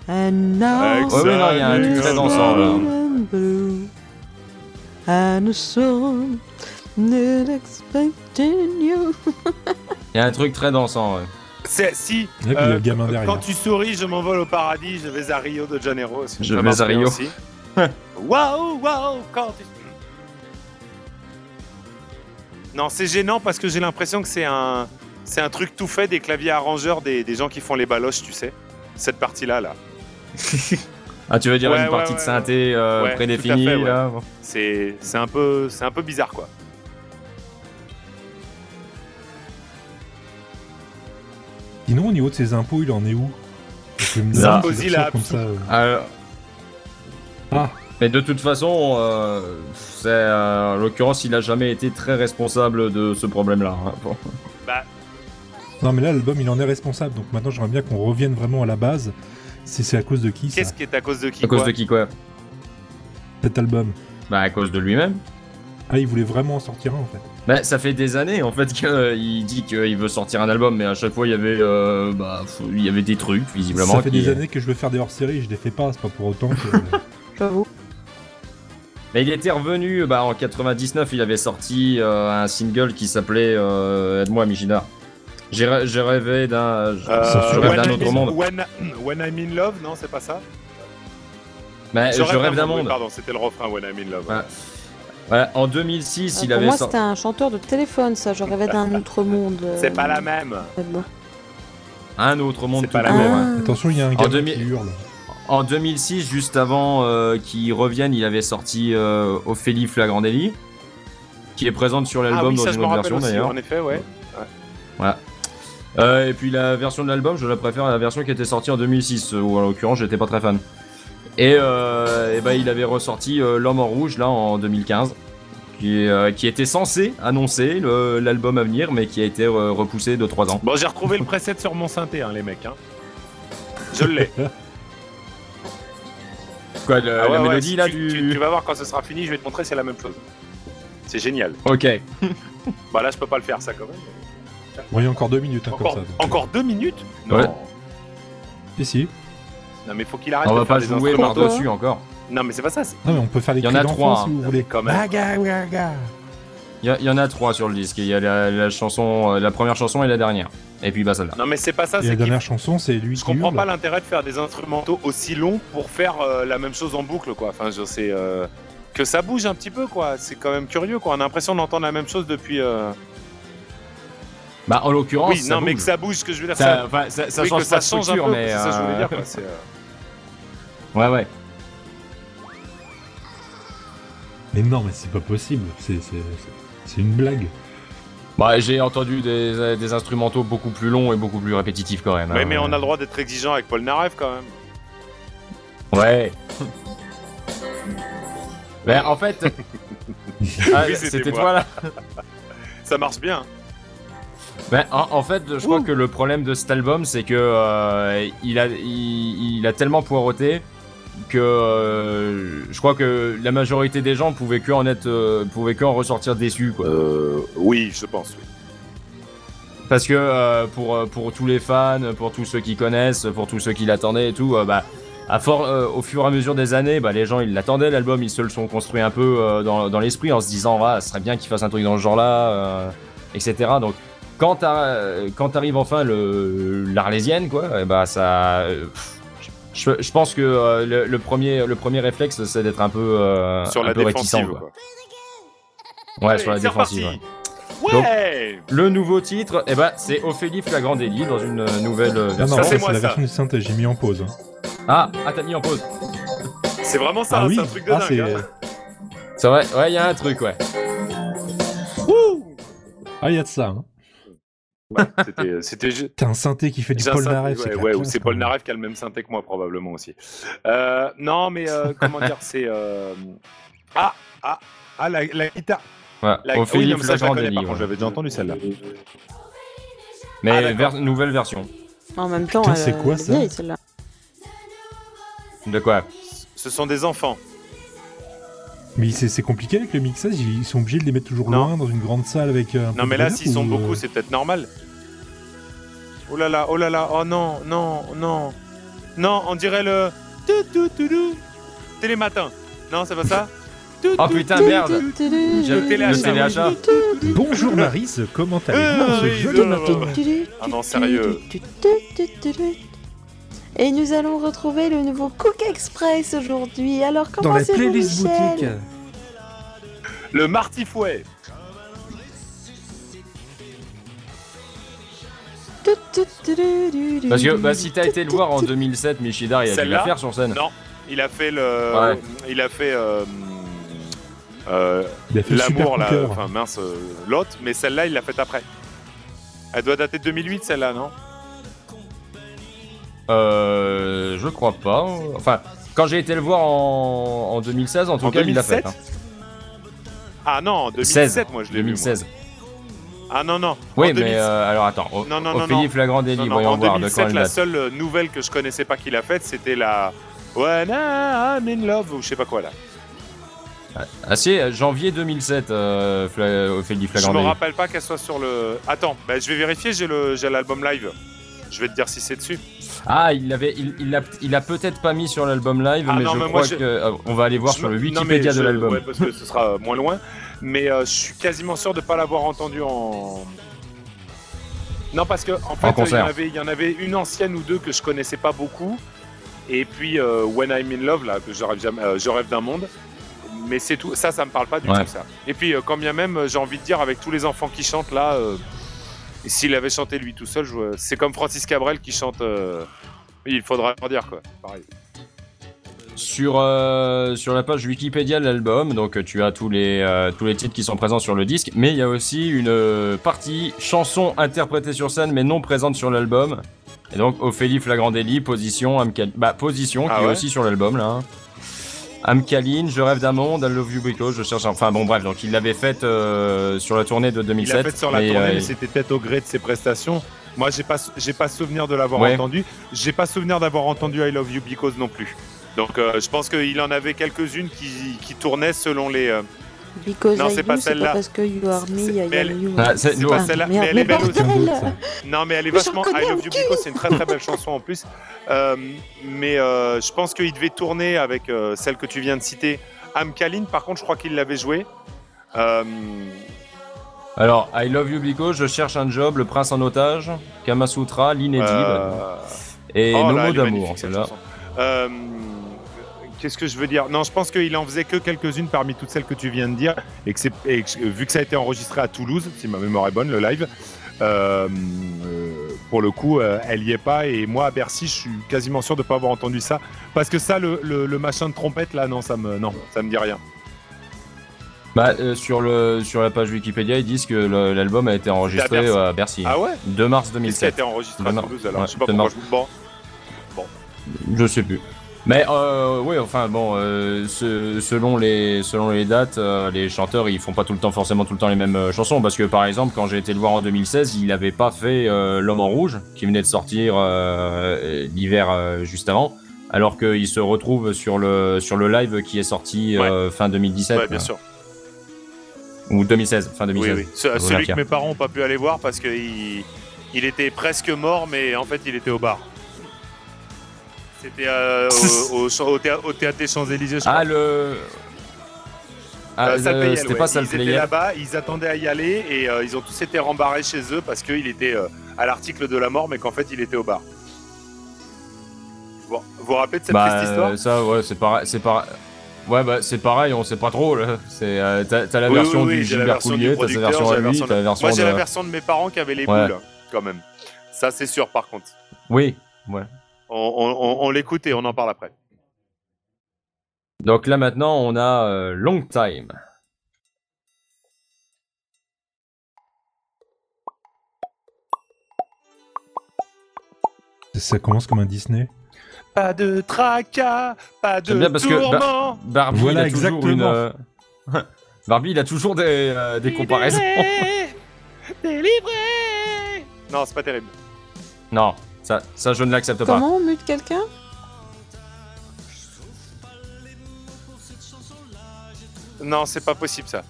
And now Ouais, ouais, non, il y a un Salut, truc très Colin. dansant, là. And blue. I nous sommes not expecting you. Il y a un truc très dansant, ouais. C'est si. Et puis, il y a le gamin derrière. euh, Quand tu souris, je m'envole au paradis, je vais à Rio de Janeiro. c'est Je très vais à inspirant Rio. aussi. Waouh, waouh, quand tu- Non, c'est gênant parce que j'ai l'impression que c'est un, c'est un truc tout fait des claviers arrangeurs des, des gens qui font les baloches, tu sais. Cette partie-là, là. Ah, tu veux dire Ouais, une ouais, partie ouais, de synthé euh, Ouais, prédéfinie tout à fait, ouais. là bon. C'est c'est un, peu- c'est un peu bizarre, quoi. Sinon, au niveau de ses impôts, il en est où Parce que je me demande Ça. si Ozzy les l'a recherches comme ça. euh, Alors- Ah. Mais de toute façon, euh, c'est, euh, en l'occurrence, il a jamais été très responsable de ce problème-là. hein. Bon. Non, mais là, l'album, il en est responsable. Donc maintenant, j'aimerais bien qu'on revienne vraiment à la base. C'est c'est à cause de qui ça, Qu'est-ce qui est à cause de qui À cause quoi de qui quoi cet album Bah à cause de lui-même. Ah, il voulait vraiment en sortir un en fait. Bah ça fait des années en fait qu'il dit qu'il veut sortir un album, mais à chaque fois il y avait, euh, bah, pff, il y avait des trucs visiblement. Ça fait qui- des années que je veux faire des hors-séries, je les fais pas, c'est pas pour autant que. J'avoue. Mais il était revenu bah, en 99, il avait sorti euh, un single qui s'appelait euh, Aide-moi Michina. J'ai rê- j'ai rêvé d'un je- Euh, Ça, je je rêve when d'un I'm autre in- monde. When, when I'm in love, non, c'est pas ça Mais Eh, je rêve d'un oui, monde. pardon, c'était le refrain When I'm in love. Ouais. Voilà, en 2006, il Ah, pour avait moi, sorti. c'était un chanteur de téléphone, ça. Je rêvais d'un autre monde. euh, C'est pas la même. mais bon. Un autre monde C'est tout pas la court, même. hein. Ah. Attention, il y a un En gars demi- qui hurle. En 2006, juste avant euh, qu'il revienne, il avait sorti euh, Ophélie Flagrandelli, qui est présente sur l'album ah oui, dans ça je une me autre rappelle version aussi, d'ailleurs. en effet, ouais. Euh, et puis la version de l'album, je la préfère à la version qui était sortie en 2006, euh, où en l'occurrence j'étais pas très fan. Et, euh, et ben, il avait ressorti euh, L'Homme en Rouge là en 2015, qui, euh, qui était censé annoncer le- l'album à venir, mais qui a été euh, repoussé de 3 ans. Bon, j'ai retrouvé le preset sur mon synthé, hein, les mecs. Hein. Je l'ai. Quoi, le- Ah ouais, Euh, la ouais, mélodie si là tu, du. tu- tu vas voir quand ce sera fini, je vais te montrer, c'est la même chose. C'est génial. Ok. Bah là, je peux pas le faire, ça quand même. Bon, il y a encore deux minutes hein, Encore, comme ça. donc. euh, encore deux minutes non. Ouais. Si, si. non, mais faut qu'il arrête On de va faire pas des jouer instruments. par-dessus encore. Non, mais c'est pas ça. c'est- Non, mais on peut faire les Il y en cris a d'enfant, trois, hein. si vous voulez. Quand même. Waga, waga. Il y, a- il y en a trois sur le disque. Il y a la, la chanson, euh, la première chanson et la dernière. Et puis bah celle-là. Non, mais c'est pas ça. Et la C'est qu'il dernière chanson, c'est lui Je qui comprends hurle. pas l'intérêt de faire des instrumentaux aussi longs pour faire euh, la même chose en boucle, quoi. Enfin, je sais euh, que ça bouge un petit peu, quoi. C'est quand même curieux, quoi. On a l'impression d'entendre la même chose depuis. euh, Bah en l'occurrence, oui, ça non, mais bouge. que ça bouge, ce que je veux dire, ça, enfin, ça- ça oui, change que pas ça de change un structure, peu. mais c'est ça, que je voulais euh, dire, quoi. C'est, euh, ouais ouais. Mais non, mais c'est pas possible. C'est c'est- c'est- c'est une blague. Bah, j'ai entendu des, euh, des instrumentaux beaucoup plus longs et beaucoup plus répétitifs quand même. Ouais, hein. mais on a le droit d'être exigeant avec Paul Narev quand même. Ouais. ben, en fait. Ah, Oui, c'était c'était moi. toi là. Ça marche bien. Ben, en, en fait, je crois que le problème de cet album, c'est que euh, il, a, il, il a tellement poireauté que euh, je crois que la majorité des gens pouvaient que en être, euh, pouvaient que en ressortir déçus, quoi. Euh, oui, je pense. Oui. Parce que euh, pour, euh, pour tous les fans, pour tous ceux qui connaissent, pour tous ceux qui l'attendaient et tout, euh, bah, à for- euh, au fur et à mesure des années, bah, les gens ils l'attendaient l'album, ils se le sont construit un peu euh, dans, dans l'esprit en se disant, ah, ce serait bien qu'ils fassent un truc dans ce genre-là. euh. etc. Donc, quand t'as- euh, quand t'arrives enfin le- l'Arlésienne, quoi, et bah ça. euh, pff, je, je pense que euh, le, le premier, le premier réflexe, c'est d'être un peu, euh, Sur un la peu défensive, réticent. quoi. Quoi. Ouais, Allez, sur la c'est défensive. ouais. reparti. Donc, Ouais Le nouveau titre, eh ben, c'est Ophélie Flagrant Délit dans une euh, nouvelle euh, Non, non, version. ça, c'est c'est moi, la Ah, ça. version du synthé, j'ai mis en pause. hein. Ah, ah t'as mis en pause. C'est vraiment ça, ah oui, c'est un truc de ah, dingue. c'est- hein. C'est vrai, ouais, il y a un truc, ouais. Ah, il y a de ça. hein. Ouais, c'était- C'était ju- T'as un synthé qui fait du J'ai un Paul synthé- Naref, ouais, la ouais, ou classe, c'est quand Paul même. Naref qui a le même synthé que moi, probablement aussi. Euh, non, mais euh, comment dire, c'est. euh, Ah, ah, ah, la, la guitare. ouais. La... oui, Ophélie non, mais ça, je la Flagrant connais, Délit. par contre, ouais. j'avais déjà entendu celle-là. Mais Ah, d'accord. ver- nouvelle version. En même temps, Putain, elle- c'est quoi, elle est ça vieille, celle-là. De quoi Ce sont des enfants. Mais c'est c'est compliqué avec le mixage, ils ils sont obligés de les mettre toujours Non. loin dans une grande salle avec. euh, un Non, peu mais de là, bazar, s'ils ou, sont beaucoup, euh, c'est peut-être normal. Oh là là, oh là là, oh non, non, non. Non, on dirait le. Tout, tout, tout, tout. Télématin. Non, c'est pas ça Tout, Oh tout, putain, tout, merde. tout. J'ai- Le téléachat. le téléachat. Bonjour Marise, comment Euh, allez-vous ce oui, joli non, non, matin non. Ah non, sérieux. Et nous allons retrouver le nouveau Cook Express aujourd'hui. Alors comment Dans les c'est vous, playlists Michel boutiques. Le martifouet. Tout, tout, tout, tout, tout, tout, Parce que tout, bah, tout, si t'as été le voir en 2007, Michidar, il a dû Celle-là la faire sur scène. Non, il a fait le. Ouais. Il a fait. euh, euh, Il a fait le super L'amour, là. cooker. Enfin, mince, euh, l'autre, mais celle-là, il l'a faite après. Elle doit dater de 2008, celle-là, non Euh, je crois pas. Enfin, quand j'ai été le voir en, en 2016, en tout En cas, il l'a hein. fait. hein. 2007 Ah non, en 2007, 16, moi, je l'ai vu. moi. 2016. Ah non, non. Oui, en mais 2007. euh, alors attends. O- Non, non, non, Ophélie non. Flagrant Non, Délit, non, en voyons voir de quand 2007, elle la date. seule euh, nouvelle que je connaissais pas qu'il a faite, c'était la. When I'm in love, ou je sais pas quoi là. Ah si, euh, janvier 2007, euh, Fla- Ophélie Je Flagrand me Délit. rappelle pas qu'elle soit sur le. Attends, bah, je vais vérifier, j'ai le- j'ai l'album live. Je vais te dire si c'est dessus. Ah, il l'avait, il, il l'a, il a peut-être pas mis sur l'album live, Ah mais non, je mais moi, crois je- que euh, on va aller voir Je sur me- le non, Wikipédia mais de je- l'album. ouais, parce que ce sera euh, moins loin. Mais euh, je suis quasiment sûr de pas l'avoir entendu en. Non, parce que en fait, euh, il y, concert. en avait, il y en avait une ancienne ou deux que je connaissais pas beaucoup. Et puis euh, When I'm in Love, là, que je rêve, jamais- euh, je rêve d'un monde. Mais c'est tout. Ça, ça me parle pas du Ouais. tout, ça. Et puis, euh, quand bien même, euh, j'ai envie de dire, avec tous les enfants qui chantent là, euh, s'il avait chanté lui tout seul, je- c'est comme Francis Cabrel qui chante. euh, il faudra leur dire, quoi. Pareil. Sur, euh, sur la page Wikipédia de l'album, donc euh, tu as tous les, euh, tous les titres qui sont présents sur le disque, mais il y a aussi une euh, partie chansons interprétées sur scène mais non présentes sur l'album. Et donc Ophélie Flagrandelli, Position, Amcal... bah, Position Ah qui ouais est aussi sur l'album là. hein. Amcaline, Je rêve d'un monde, I love you because, je cherche un... Enfin bon bref, donc il l'avait faite euh, sur la tournée de 2007. Il l'a fait sur la mais, tournée, euh, mais c'était peut-être au gré de ses prestations. Moi, j'ai pas, j'ai pas souvenir de l'avoir Ouais. entendu. J'ai pas souvenir d'avoir entendu I Love You Because non plus. Donc, euh, je pense qu'il en avait quelques-unes qui, qui tournaient selon les. euh, Because Non, I c'est do, pas c'est celle-là. pas parce que you are me, C'est- I mais elle- am you. Ah, c'est- c'est ouais. pas celle-là, mais merde, elle est belle mais aussi. Quelqu'un Bordel d'autre, ça. Non, mais elle est Mais j'en vachement. connais I Love un You cul. Because, c'est une très très belle chanson en plus. Euh, mais euh, je pense qu'il devait tourner avec euh, celle que tu viens de citer. Amkaline, par contre, je crois qu'il l'avait jouée. Euh, Alors, I love you because, je cherche un job, Le prince en otage, Kamasutra, L'Inédit, euh, et Oh Nos là, mots elle est d'amour, magnifique, cette celle-là. chanson. Euh, Qu'est-ce que je veux dire Non, je pense qu'il en faisait que quelques-unes parmi toutes celles que tu viens de dire, et que, c'est- et que- euh, vu que ça a été enregistré à Toulouse, si ma mémoire est bonne, le live, euh, euh, pour le coup, euh, elle y est pas, et moi à Bercy, je suis quasiment sûr de pas avoir entendu ça, parce que ça, le, le- le machin de trompette là, non, ça me, non, ça me dit rien. Bah, euh, sur, le, sur la page Wikipédia, ils disent que le- l'album a été enregistré À à Bercy, Bercy. Ah ouais 2 mars Qu'est-ce qui a 2007. été enregistré à Non, Toulouse alors ouais, Je sais pas de pourquoi Mar- je. Bon, Je sais plus. Mais euh, oui, enfin bon, euh, ce- selon, les, selon les dates, euh, les chanteurs ils font pas tout le temps forcément tout le temps les mêmes euh, chansons. Parce que par exemple, quand j'ai été le voir en 2016, il avait pas fait euh, L'homme en rouge qui venait de sortir euh, l'hiver euh, juste avant. Alors qu'il se retrouve sur le, sur le live qui est sorti euh, fin 2017 ouais, bien sûr. euh, ou 2016, fin Oui, 2016. oui. Ce- Olympia. celui que mes parents n'ont pas pu aller voir parce qu'il il était presque mort, mais en fait, il était au bar. C'était euh, au, au- au thé- au théâtre des Champs-Élysées, je Ah crois. le Ah, Euh, Salpayel, euh, c'était ouais. pas Ils étaient Salpayel. là-bas, ils attendaient à y aller et euh, ils ont tous été rembarrés chez eux parce qu'il était euh, à l'article de la mort, mais qu'en fait il était au bar. Bon, vous vous rappelez de cette Bah, triste histoire euh, ça, ouais, c'est pareil. C'est pareil. Ouais, bah, c'est pareil, on sait pas trop. là. C'est, euh, t'as, t'as la Oui, version oui, oui, du j'ai la Gilbert version Coulier, t'as sa du producteur, version à j'ai la lui, version t'as la version Moi j'ai de- la version de mes parents qui avaient les Ouais. boules, quand même. Ça c'est sûr par contre. Oui. On, on- on- on l'écoute et on en parle après. Donc là, maintenant, on a euh, Long Time. Ça commence comme un Disney. Pas de tracas, pas de J'aime bien parce que- bah, tourments. Barbie, Voilà, il a toujours exactement. une. euh, Barbie, il a toujours des, euh, des comparaisons. Délivré, délivré. Non, c'est pas terrible. non, ça, ça, je ne l'accepte pas. Comment on mute quelqu'un Non, c'est pas possible ça.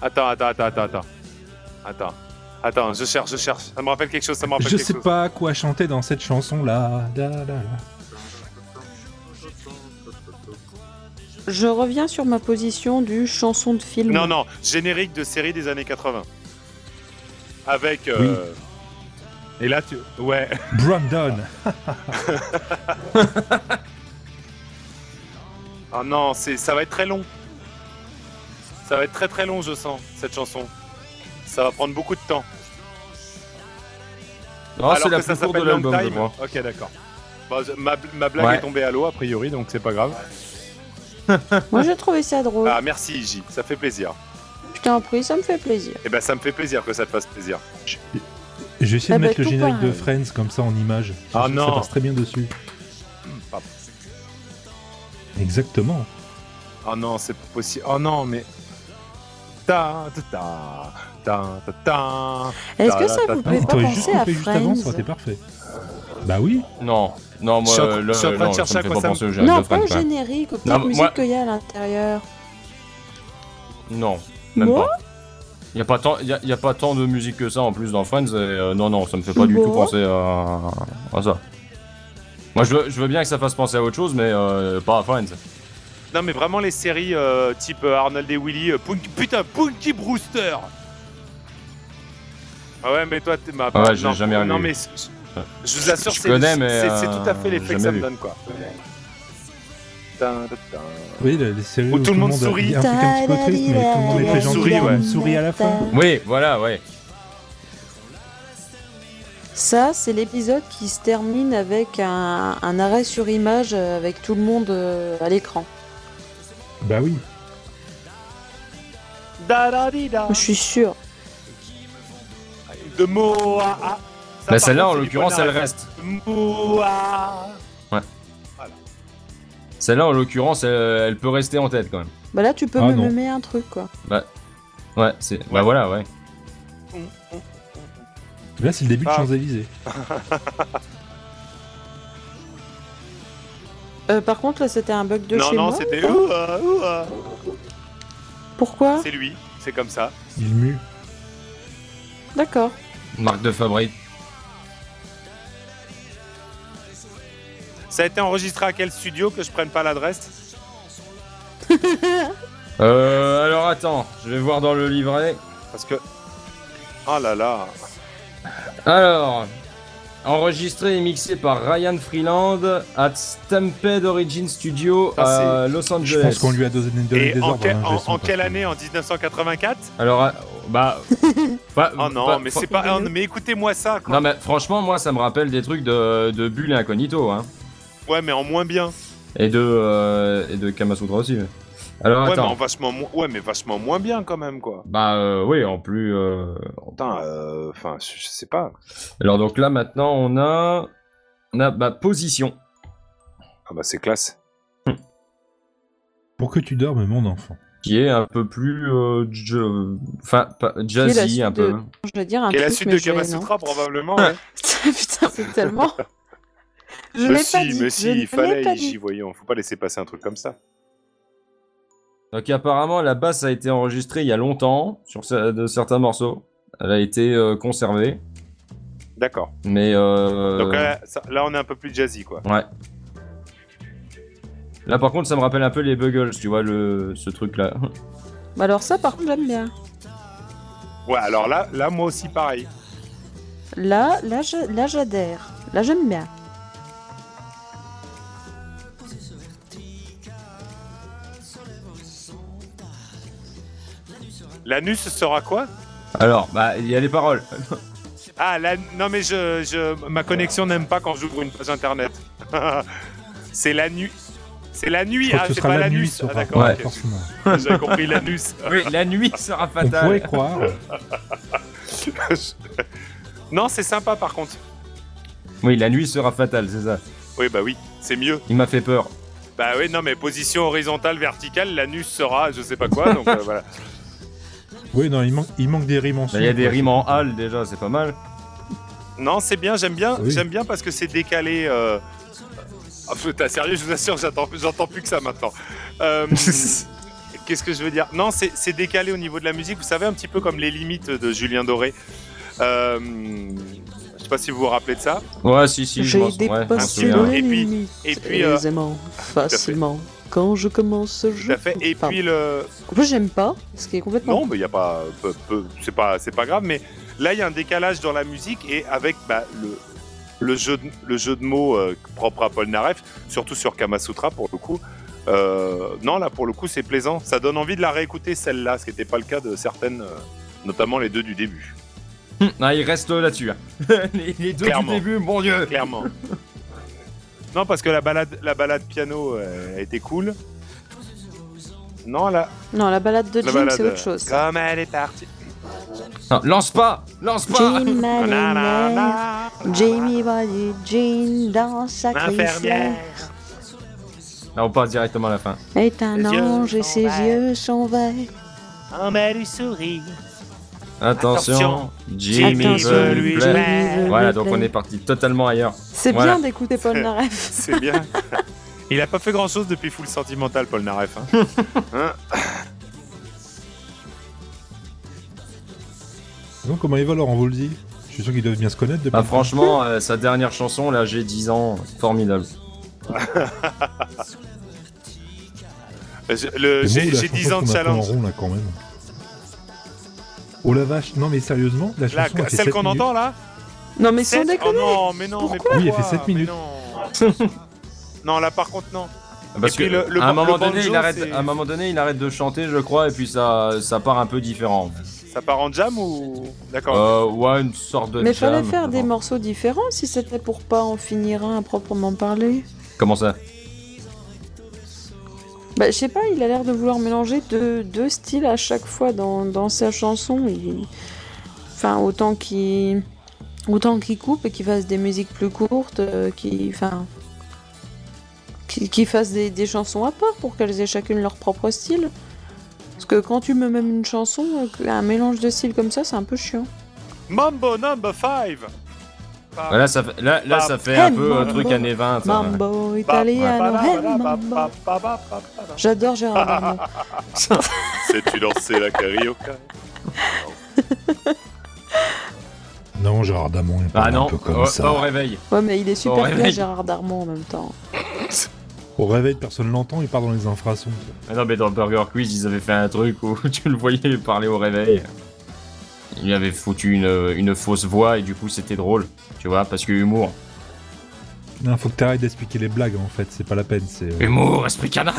Attends, attends, attends, attends, attends. Attends. Attends, je cherche, je cherche. Ça me rappelle quelque chose, ça me rappelle Je quelque sais chose. pas quoi chanter dans cette chanson là. Je reviens sur ma position du chanson de film. Non, non, générique de série des années 80. Avec. euh, Et là, tu. Ouais. Brandon. Ah non, c'est... ça va être très long. Ça va être très très long, je sens, cette chanson. Ça va prendre beaucoup de temps. Non, Oh, c'est la que ça plus courte de s'appelle Long l'album, je Time. crois. Ok, d'accord. Bon, je- ma, ma blague Ouais. est tombée à l'eau, a priori, donc c'est pas grave. Moi j'ai trouvé ça drôle. Ah, merci, Iji. Ça fait plaisir. Je t'en prie, ça me fait plaisir. Eh ben, ça me fait plaisir que ça te fasse plaisir. Je je vais essayer Ah de bah, mettre le tout générique de pareil. Friends comme ça en image. Ah Je trouve que non. Hmm, Ça passe très bien dessus. Pardon. Exactement. Oh non, c'est pas possible. Oh non, mais. Ta ta ta ta ta ta. Est-ce Ah, que là, ça t'as- vous Ah, fait il pas t'aurait juste penser à coupé juste avant, ça Friends aurait été parfait. Bah oui. Non, non, Je moi, suis en train- le- je suis en train de non, chercher ça me à fait quoi pas ça me- penser au générique Non, de pas au Friends, ouais. générique, aux Non, petites moi- musiques qu'il y a à l'intérieur. Non, même Moi pas. Il n'y a, pas tant- y a, y a pas tant de musique que ça en plus dans Friends. et, euh, non, non, ça me fait pas du Bon. tout penser à, à ça. Moi, je veux, je veux bien que ça fasse penser à autre chose, mais euh, pas à Friends. Non, mais vraiment les séries euh, type euh, Arnold et Willy. euh, Punky- putain, Punky Brewster. Ah ouais, mais toi, t'es ma. Ah ouais, j'ai non, jamais Non, relu. mais c- c- je vous assure, Je c'est connais, mais, c'est- c'est euh, tout à fait l'effet que jamais ça me vu. donne, quoi. Ta ta ta. Oui, les séries Où tout le monde sourit. Il y a un truc un petit peu triste, mais tout le monde est très gentil. Sourit, tout le monde ouais. sourit à la fin. Oui, voilà, ouais. Ça, c'est l'épisode qui se termine avec un, un arrêt sur image euh, avec tout le monde euh, à l'écran. Bah oui. Da da di da. Je suis sûre. De mo à à. Bah, Ça, par celle-là, contre, en c'est du l'occurrence, bon elle arrêt. reste. De mo à à. Celle-là, en l'occurrence, elle, elle peut rester en tête quand même. Bah là, tu peux Ah, me non. me mettre un truc, quoi. Ouais, c'est. Bah voilà, ouais. Là, c'est le début Ah. de Champs-Élysées. Euh, par contre, là, c'était un bug de non, chez non, moi. Ah. c'était ouah, ouah. Pourquoi C'est lui, c'est comme ça. Il mue. D'accord. Marque de fabrique. Ça a été enregistré à quel studio que je prenne pas l'adresse Euh, alors attends, je vais voir dans le livret. Parce que. Oh là là Alors, enregistré et mixé par Ryan Freeland at Stampede Origin Studio Ah, à Los Je Angeles. pense qu'on lui a donné donné Et des en, ordres. que- hein, en- Jason, en parce quelle que- année En 1984 Alors, euh, bah. bah, Oh non, bah, mais fr- c'est pas. oh, mais écoutez-moi ça quoi. Non, mais franchement, moi, ça me rappelle des trucs de, de Bulle et Incognito, hein. Ouais, mais en moins bien. Et de. euh, et de Kamasutra aussi. mais. Alors, Ouais, mais attends. en vachement, moins- ouais, mais vachement moins bien quand même quoi. Bah, euh, oui, en plus. euh, Putain, euh, enfin, je je sais pas. Alors, donc là, maintenant, on a. On a, bah, position. Ah bah, c'est classe. Pour que tu dormes, mon enfant. Ah, Qui est un peu plus. euh, je- Enfin, pas- jazzy, suite un peu. hein. de- Je vais dire un Et truc, la suite mais de je vais- non. Kamasutra, probablement. ouais. Putain, c'est tellement... Je mais l'ai pas si, dit. mais je si, ne il l'ai pas fallait, dit. j'y voyons. Faut pas laisser passer un truc comme ça. Donc apparemment la basse a été enregistrée il y a longtemps sur ce- de certains morceaux. Elle a été euh, conservée, D'accord. mais euh, Donc là, ça- là, on est un peu plus jazzy quoi. ouais. Là par contre ça me rappelle un peu les Buggles, tu vois le ce truc là. Bah alors ça, par contre, j'aime bien. Ouais, alors là, là, moi aussi, pareil. Là, là, je- là, j'adhère. Là, j'aime bien. L'anus sera quoi Alors, bah, il y a les paroles. Ah, la... non, mais je, je... ma connexion n'aime pas quand j'ouvre une page internet. c'est la nuit. C'est la nuit, Je crois ah, que ce c'est sera pas la nuit, l'anus. ça, Ah, par d'accord, contre, ok. forcément. j'avais compris l'anus. Oui, la nuit sera On pourrait fatale. croire. non, c'est sympa par contre. Oui, la nuit sera fatale, c'est ça. Oui, bah oui, c'est mieux. Il m'a fait peur. Bah oui, non, mais position horizontale, verticale, l'anus sera je sais pas quoi, donc euh, voilà. Oui, non, il, manque- il manque des rimes en Bah, Il y a dessous, des quoi. rimes en hal déjà, c'est pas mal. Non, c'est bien, j'aime bien, Oui. j'aime bien parce que c'est décalé. Euh... Ah, putain, sérieux, je vous assure, j'attends, j'entends plus que ça maintenant. Euh, Qu'est-ce que je veux dire Non, c'est c'est décalé au niveau de la musique. Vous savez un petit peu comme les limites de Julien Doré. Euh, je sais pas si vous vous rappelez de ça. Ouais, si, si, je m'en J'ai sou- ouais, je m'en dépassé hein. souviens. Et les puis- limites et puis, euh, aisément, facilement. Quand je commence, Tout je... à fait. Et Pardon. puis le, En plus, j'aime pas, ce qui est complètement... Non, mais il y a pas, peu- peu- c'est pas, c'est pas grave. Mais là, il y a un décalage dans la musique et avec bah, le, le jeu, de- le jeu de mots euh, propre à Polnareff, surtout sur Kamasutra pour le coup. euh, non, là pour le coup, c'est plaisant. Ça donne envie de la réécouter celle-là, ce qui n'était pas le cas de certaines, euh, notamment les deux du début. Hum, ah, il reste là-dessus. hein. les, les deux Clairement. du début, mon dieu. Clairement. non, parce que la balade, la balade piano euh, était cool. Non, là. Non, la balade de Jim, La c'est balade, euh, autre chose. Comme elle est partie. Non, lance pas, lance pas. Jim a Na, les na, nerfs, na. Jamie va du jean dans sa Infirmière. cuisse. Là, on part directement à la fin. est un Les yeux ange et sont ses verts. yeux sont verts. On met du sourire. Attention, Attention, Jimmy Attention, veut lui lui plaire. plaire. Jimmy veut Voilà, lui donc plaire. on est parti totalement ailleurs. C'est Voilà. bien d'écouter Paul Naref. C'est bien. Il a pas fait grand chose depuis Full Sentimental, Paul Naref. hein. Donc, comment il va, Laurent, on vous le dit Je suis sûr qu'ils doivent bien se connaître depuis. Bah, franchement, euh, sa dernière chanson, là, j'ai 10 ans, formidable. Euh, je- Mais le- bon, J'ai la j'ai chanson 10 ans tourne un de peu en challenge. rond, là, quand même. Oh la vache, non mais sérieusement, la Là, chanson a fait celle 7 qu'on minutes. entend là Non mais sans Sept- Oh déconner. non, mais non, mais Pourquoi Oui, elle fait pourquoi sept Mais minutes. non. non, là par contre, non. Parce Et que puis le- le à un ban- moment le donné, banjo, il arrête. c'est- À un moment donné, il arrête de chanter, je crois, et puis ça, ça part un peu différent. Ça part en jam ou. D'accord. Euh, ouais, une sorte de. Mais jam, fallait faire des bon. morceaux différents si c'était pour pas en finir un à proprement parler. Comment ça Bah je sais pas, il a l'air de vouloir mélanger deux, deux styles à chaque fois dans, dans sa chanson. Il- Enfin autant qu'il autant qu'il coupe et qu'il fasse des musiques plus courtes, euh, qu'il enfin qu'il qu'il fasse des, des chansons à part pour qu'elles aient chacune leur propre style. Parce que quand tu me mets une chanson, euh, un mélange de styles comme ça, c'est un peu chiant. Mambo number 5 Voilà, ça fait- Là, là, Bah, ça fait un eh, peu un bah, truc bah, années 20. hein. Mambo italiano, hey, mambo. J'adore Gérard Darmon. Sais-tu lancer la carioca Non, Gérard Damon, il parle Ah non, un peu comme au- ça. pas au réveil. Oh, Ouais, mais il est Bon, super bien réveille. Gérard Darmon en même temps. Au réveil, personne l'entend, il part dans les infrasons. Ah non, mais dans Burger Quiz, ils avaient fait un truc où tu le voyais parler au réveil. Il avait foutu une, une fausse voix et du coup, c'était drôle. Tu vois, parce que humour. Non, faut que t'arrêtes d'expliquer les blagues en fait, c'est pas la peine, c'est... euh, Humour, esprit canal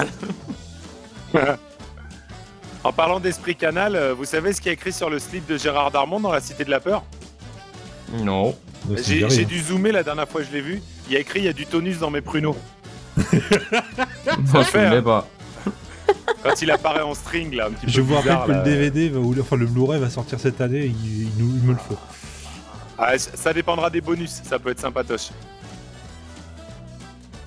En parlant d'esprit canal, euh, vous savez ce qui est écrit sur le slip de Gérard Darmon dans La Cité de la Peur Non. de se J'ai gérer, j'ai hein. dû zoomer la dernière fois que je l'ai vu. Il y a écrit il y a du tonus dans mes pruneaux. Moi, je fait, voulais hein. pas. Quand il apparaît en string là, un petit peu. Je vous rappelle bizarre, que le là. DVD, va- ou, enfin le Blu-ray va sortir cette année, il, il nous- il me le faut. Ah, c- ça dépendra des bonus, ça peut être sympatoche.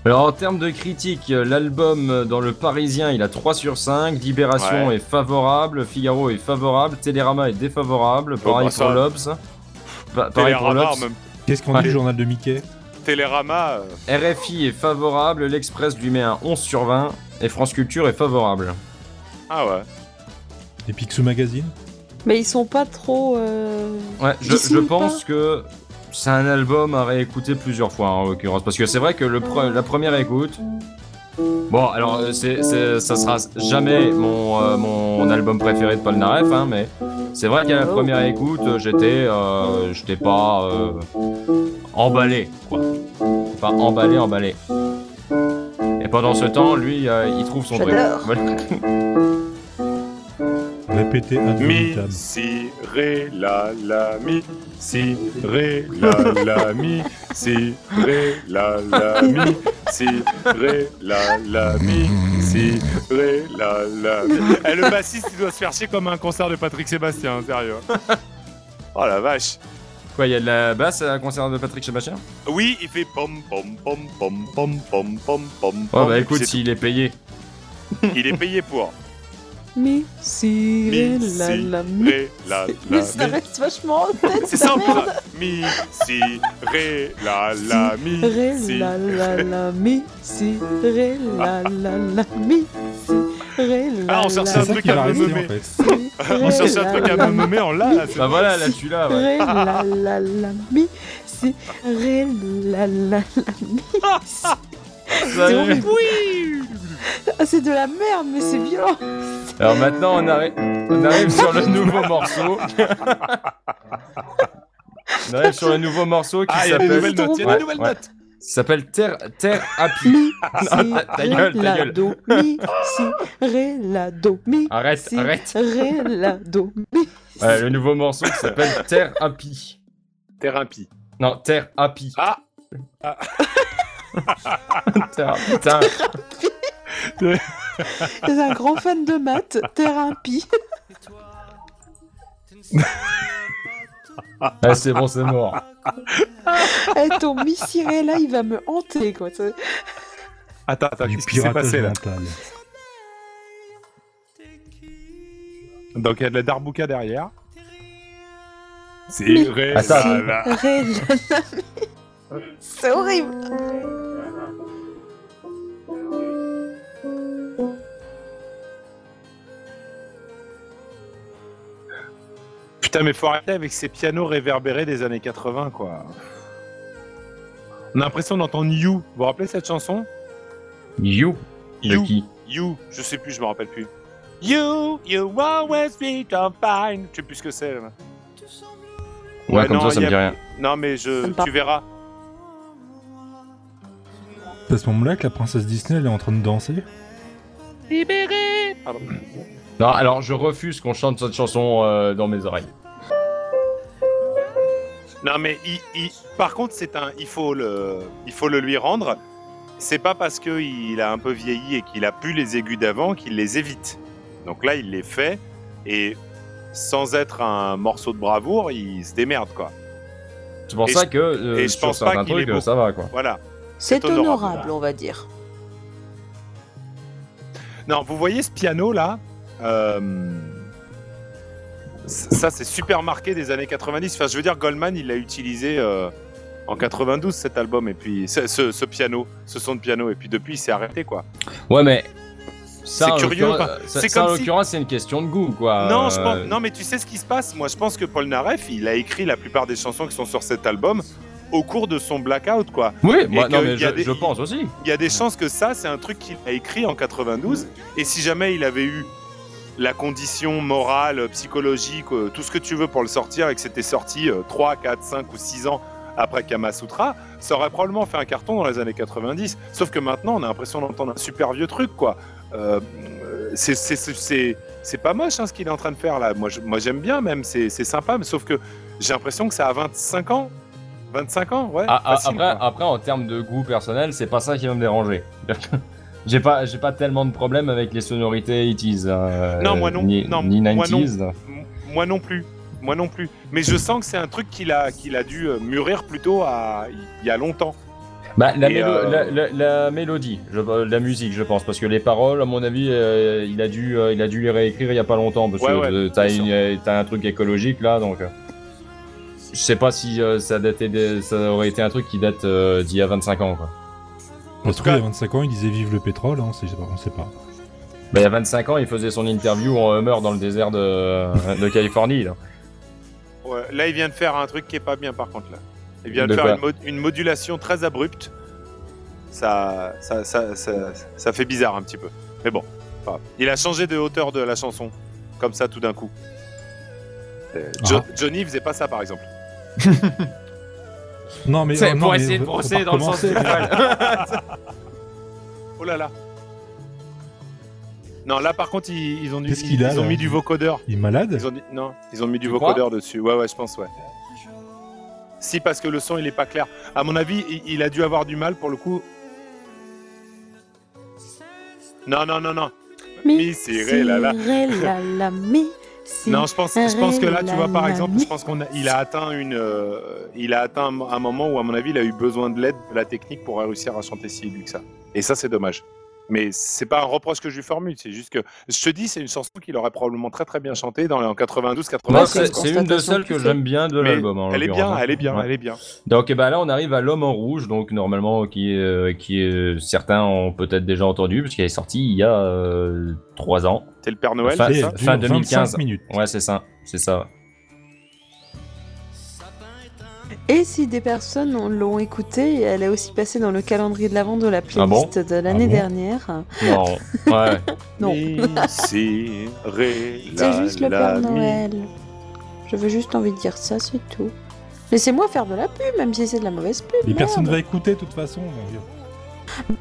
Alors, en termes de critique, euh, l'album euh, dans le Parisien, il a 3 sur 5. Libération Ouais. est favorable. Figaro est favorable. Télérama est défavorable. Pareil bah, ça- pour Lobs. Pa- pareil pour Télérama, en Lobs. même Qu'est-ce qu'on Ouais. dit le journal de Mickey Télérama, euh, RFI est favorable. L'Express lui met un 11 sur 20. Et France Culture est favorable. ah ouais. Et Picsou Magazine Mais ils sont pas trop. euh, Ouais, je, Ils je sont pense que c'est un album à réécouter plusieurs fois hein, en l'occurrence. Parce que c'est vrai que le pre- la première écoute, Bon, alors, euh, c'est, c'est- ça sera jamais mon, euh, mon album préféré de Paul Naref, hein, mais c'est vrai qu'à la première écoute, euh, j'étais, euh, j'étais pas euh, emballé, quoi. Pas emballé, emballé. Et pendant ce temps, lui, euh, il trouve son truc. J'adore. Voilà. Répétez ad Mi, vitam. si, ré, la, la, mi, si, ré, la, la, mi, si, ré, la, la, mi, si, ré, la, la, mi, si, ré, la, la, mi. Eh, le bassiste, il doit se faire chier comme à un concert de Patrick Sébastien, hein, sérieux. Oh la vache. Quoi, il y a de la basse à un concert de Patrick Sébastien Oui, il fait pom pom pom pom pom pom pom pom. Oh, pom. bah écoute, C'est- s'il est payé. il est payé pour. Mi, si, ré, Mi, la, si, la, mi. Ré, la, Mais la, ça mi. reste vachement en tête. C'est ta simple. merde. Mi, si, ré, la, la, mi, Ré, si. la, la, la, mi, si, ré, la, la, la, mi, si, ré, la, Ah, on cherche C'est un la, ça truc qui à va me rester nommer. en fait. si, On ré, cherche un la, truc à la, me nommer en la, là. c'est Bah bon. voilà, là, tu l'as, ouais. Ré, la, la, la, mi, si, ré, la, la, la, mi, Ah, si. C'est Salut. horrible. Ah, C'est de la merde, mais c'est violent. Alors maintenant, on, arri- on arrive sur le nouveau morceau. on arrive sur le nouveau morceau qui Ah, il y a des s'appelle. nouvelles notes. Il y a Ouais, des nouvelles ouais. notes. Ça s'appelle Terre, Terre Happy. Mi, Ah, ta- si, ta ré, gueule, ta la, gueule. do, mi, si, ré, la, do, mi, Arrête, si, arrête. ré, la, do, mi, si. Ouais, le nouveau morceau qui s'appelle Terre Happy. Thérapie. Non, Terre Happy. Ah. Terre- putain. T'es un grand fan de maths, thérapie. Ah, c'est bon, c'est mort. Eh, ton missiré là, il va me hanter quoi. C'est- Attends, attends, Du qu'est-ce qui s'est piratage passé là mental. Donc il y a de la darbouka derrière. C'est vrai. Attends. là, là. Ré, la, la, mi. C'est horrible. Putain, mais faut arrêter avec ces pianos réverbérés des années 80, quoi. On a l'impression d'entendre You. Vous vous rappelez cette chanson You. You. De qui Euh, You, je sais plus, je me rappelle plus. You, you always be on fine. Je sais plus ce que c'est. là. Ouais, Ouais, comme non, ça, ça me y dit rien. Non, mais Ça je, me parle. tu verras. C'est à ce moment-là que la princesse Disney elle est en train de danser. Non, alors je refuse qu'on chante cette chanson euh, dans mes oreilles. Non, mais il, il- par contre, c'est un, il faut le, il faut le lui rendre. C'est pas parce que il a un peu vieilli et qu'il a plus les aigus d'avant qu'il les évite. Donc là, il les fait et sans être un morceau de bravoure, il se démerde quoi. C'est pour Et ça je- que euh, et je sur pense pas certains qu'il trucs, est beau. ça va quoi. Voilà. C'est honorable. honorable, on va dire. Non, vous voyez ce piano là Euh, Ça, c'est super marqué des années 90. Enfin, je veux dire, Goldman, il l'a utilisé euh, en 92 cet album et puis ce, ce- ce piano, ce son de piano. Et puis depuis, il s'est arrêté quoi. Ouais, mais. ça, C'est en curieux, l'occurrence- enfin, ça- c'est ça, en comme si- l'occurrence, c'est une question de goût, quoi. Non, je Euh, pense- non, mais tu sais ce qui se passe. Moi, je pense que Paul Naref, il a écrit la plupart des chansons qui sont sur cet album au cours de son blackout, quoi. Oui, moi, que non, mais y a je, des- je pense aussi. Il y a des chances que ça, c'est un truc qu'il a écrit en 92. Et si jamais il avait eu la condition morale, psychologique, euh, tout ce que tu veux pour le sortir, et que c'était sorti euh, 3, 4, 5 ou 6 ans après Kama Sutra, ça aurait probablement fait un carton dans les années 90. Sauf que maintenant, on a l'impression d'entendre un super vieux truc, quoi. Euh, euh, c'est- c'est- c'est- c'est c'est pas moche hein, ce qu'il est en train de faire là. Moi, je- moi j'aime bien même, c'est c'est sympa, mais sauf que j'ai l'impression que ça a 25 ans. 25 ans, ouais. Ah, ah, facile, après, quoi. après, en termes de goût personnel, c'est pas ça qui va me déranger. j'ai pas, j'ai pas tellement de problèmes avec les sonorités 80s. euh, Non, moi non, Ni, non, ni moi non. 90s. M- Moi non plus. Moi non plus. Mais je sens que c'est un truc qu'il a, qu'il a dû euh, mûrir plutôt à, il y a longtemps. Bah, la, Et, mélo- euh, la, la- la mélodie, je, euh, la musique, je pense, parce que les paroles, à mon avis, euh, il a dû, euh, il a dû les réécrire il y a pas longtemps, parce Ouais, que ouais, euh, t'as, bien une- sûr. euh, t'as un truc écologique là, donc. euh, Je sais pas si euh, ça datait, des- ça aurait été un truc qui date euh, d'il y a 25 ans. Quoi. En tout tout cas, cas- il y a 25 ans, il disait vive le pétrole, hein, on sait pas. On sait pas. Bah, il y a 25 ans, il faisait son interview en Hummer dans le désert de, de Californie. là. Ouais, Là, il vient de faire un truc qui est pas bien par contre là. Il vient de, De faire quoi une, mod- une modulation très abrupte ça, ça, ça, ça, ça fait bizarre un petit peu. Mais bon, pas grave. il a changé de hauteur de la chanson, comme ça tout d'un coup. Euh, Jo- Johnny faisait pas ça par exemple. Non, mais. C'est euh, non, pour mais essayer de on va- on va brosser dans le sens recommencer. du poil. Oh là là. Non, là par contre, ils, ils ont, du- Qu'est-ce qu'il a, ils ont là mis du vocodeur. Il est malade Ils ont, mis- non, ils ont mis du Tu crois vocodeur dessus. Ouais, ouais, je pense, ouais. Si, parce que le son, il est pas clair. À mon avis, il, il a dû avoir du mal pour le coup. Non, non, non, non. Mais c'est vrai, là, là. c'est là, là, mais c'est- Non, je pense, je pense que là, tu vois, par Arrête, exemple, mamie. je pense qu'on a, il a atteint une, euh, il a atteint un, un moment où, à mon avis, il a eu besoin de l'aide de la technique pour réussir à chanter si aigu que ça. Et ça, c'est dommage. Mais c'est pas un reproche que je lui formule, c'est juste que je te dis, c'est une chanson qu'il aurait probablement très très bien chantée dans les- en 92, Moi, 93. c'est une c'est c'est une de constatation celles que que j'aime bien de Mais l'album. en elle est l'occurrence, bien, hein. elle est bien, Ouais. elle est bien. Donc, eh ben, là, on arrive à L'Homme en Rouge, donc normalement, qui, est, euh, qui est- certains ont peut-être déjà entendu, parce qu'il est sorti il y a 3 ans. C'est le Père Noël, Enfin, c'est Et ça elle fin dure 25 2015. minutes. Ouais, c'est ça, c'est ça. Et si des personnes ont- l'ont écoutée, elle est aussi passée dans le calendrier de l'avant de la playlist Ah bon de l'année Ah bon dernière. Non, ouais. Non. C'est ré- C'est la- juste le la Père mi- Noël. J'avais juste envie de dire ça, c'est tout. Laissez-moi faire de la pub, même si c'est de la mauvaise pub. Mais merde. personne ne va écouter, de toute façon. mon Dieu.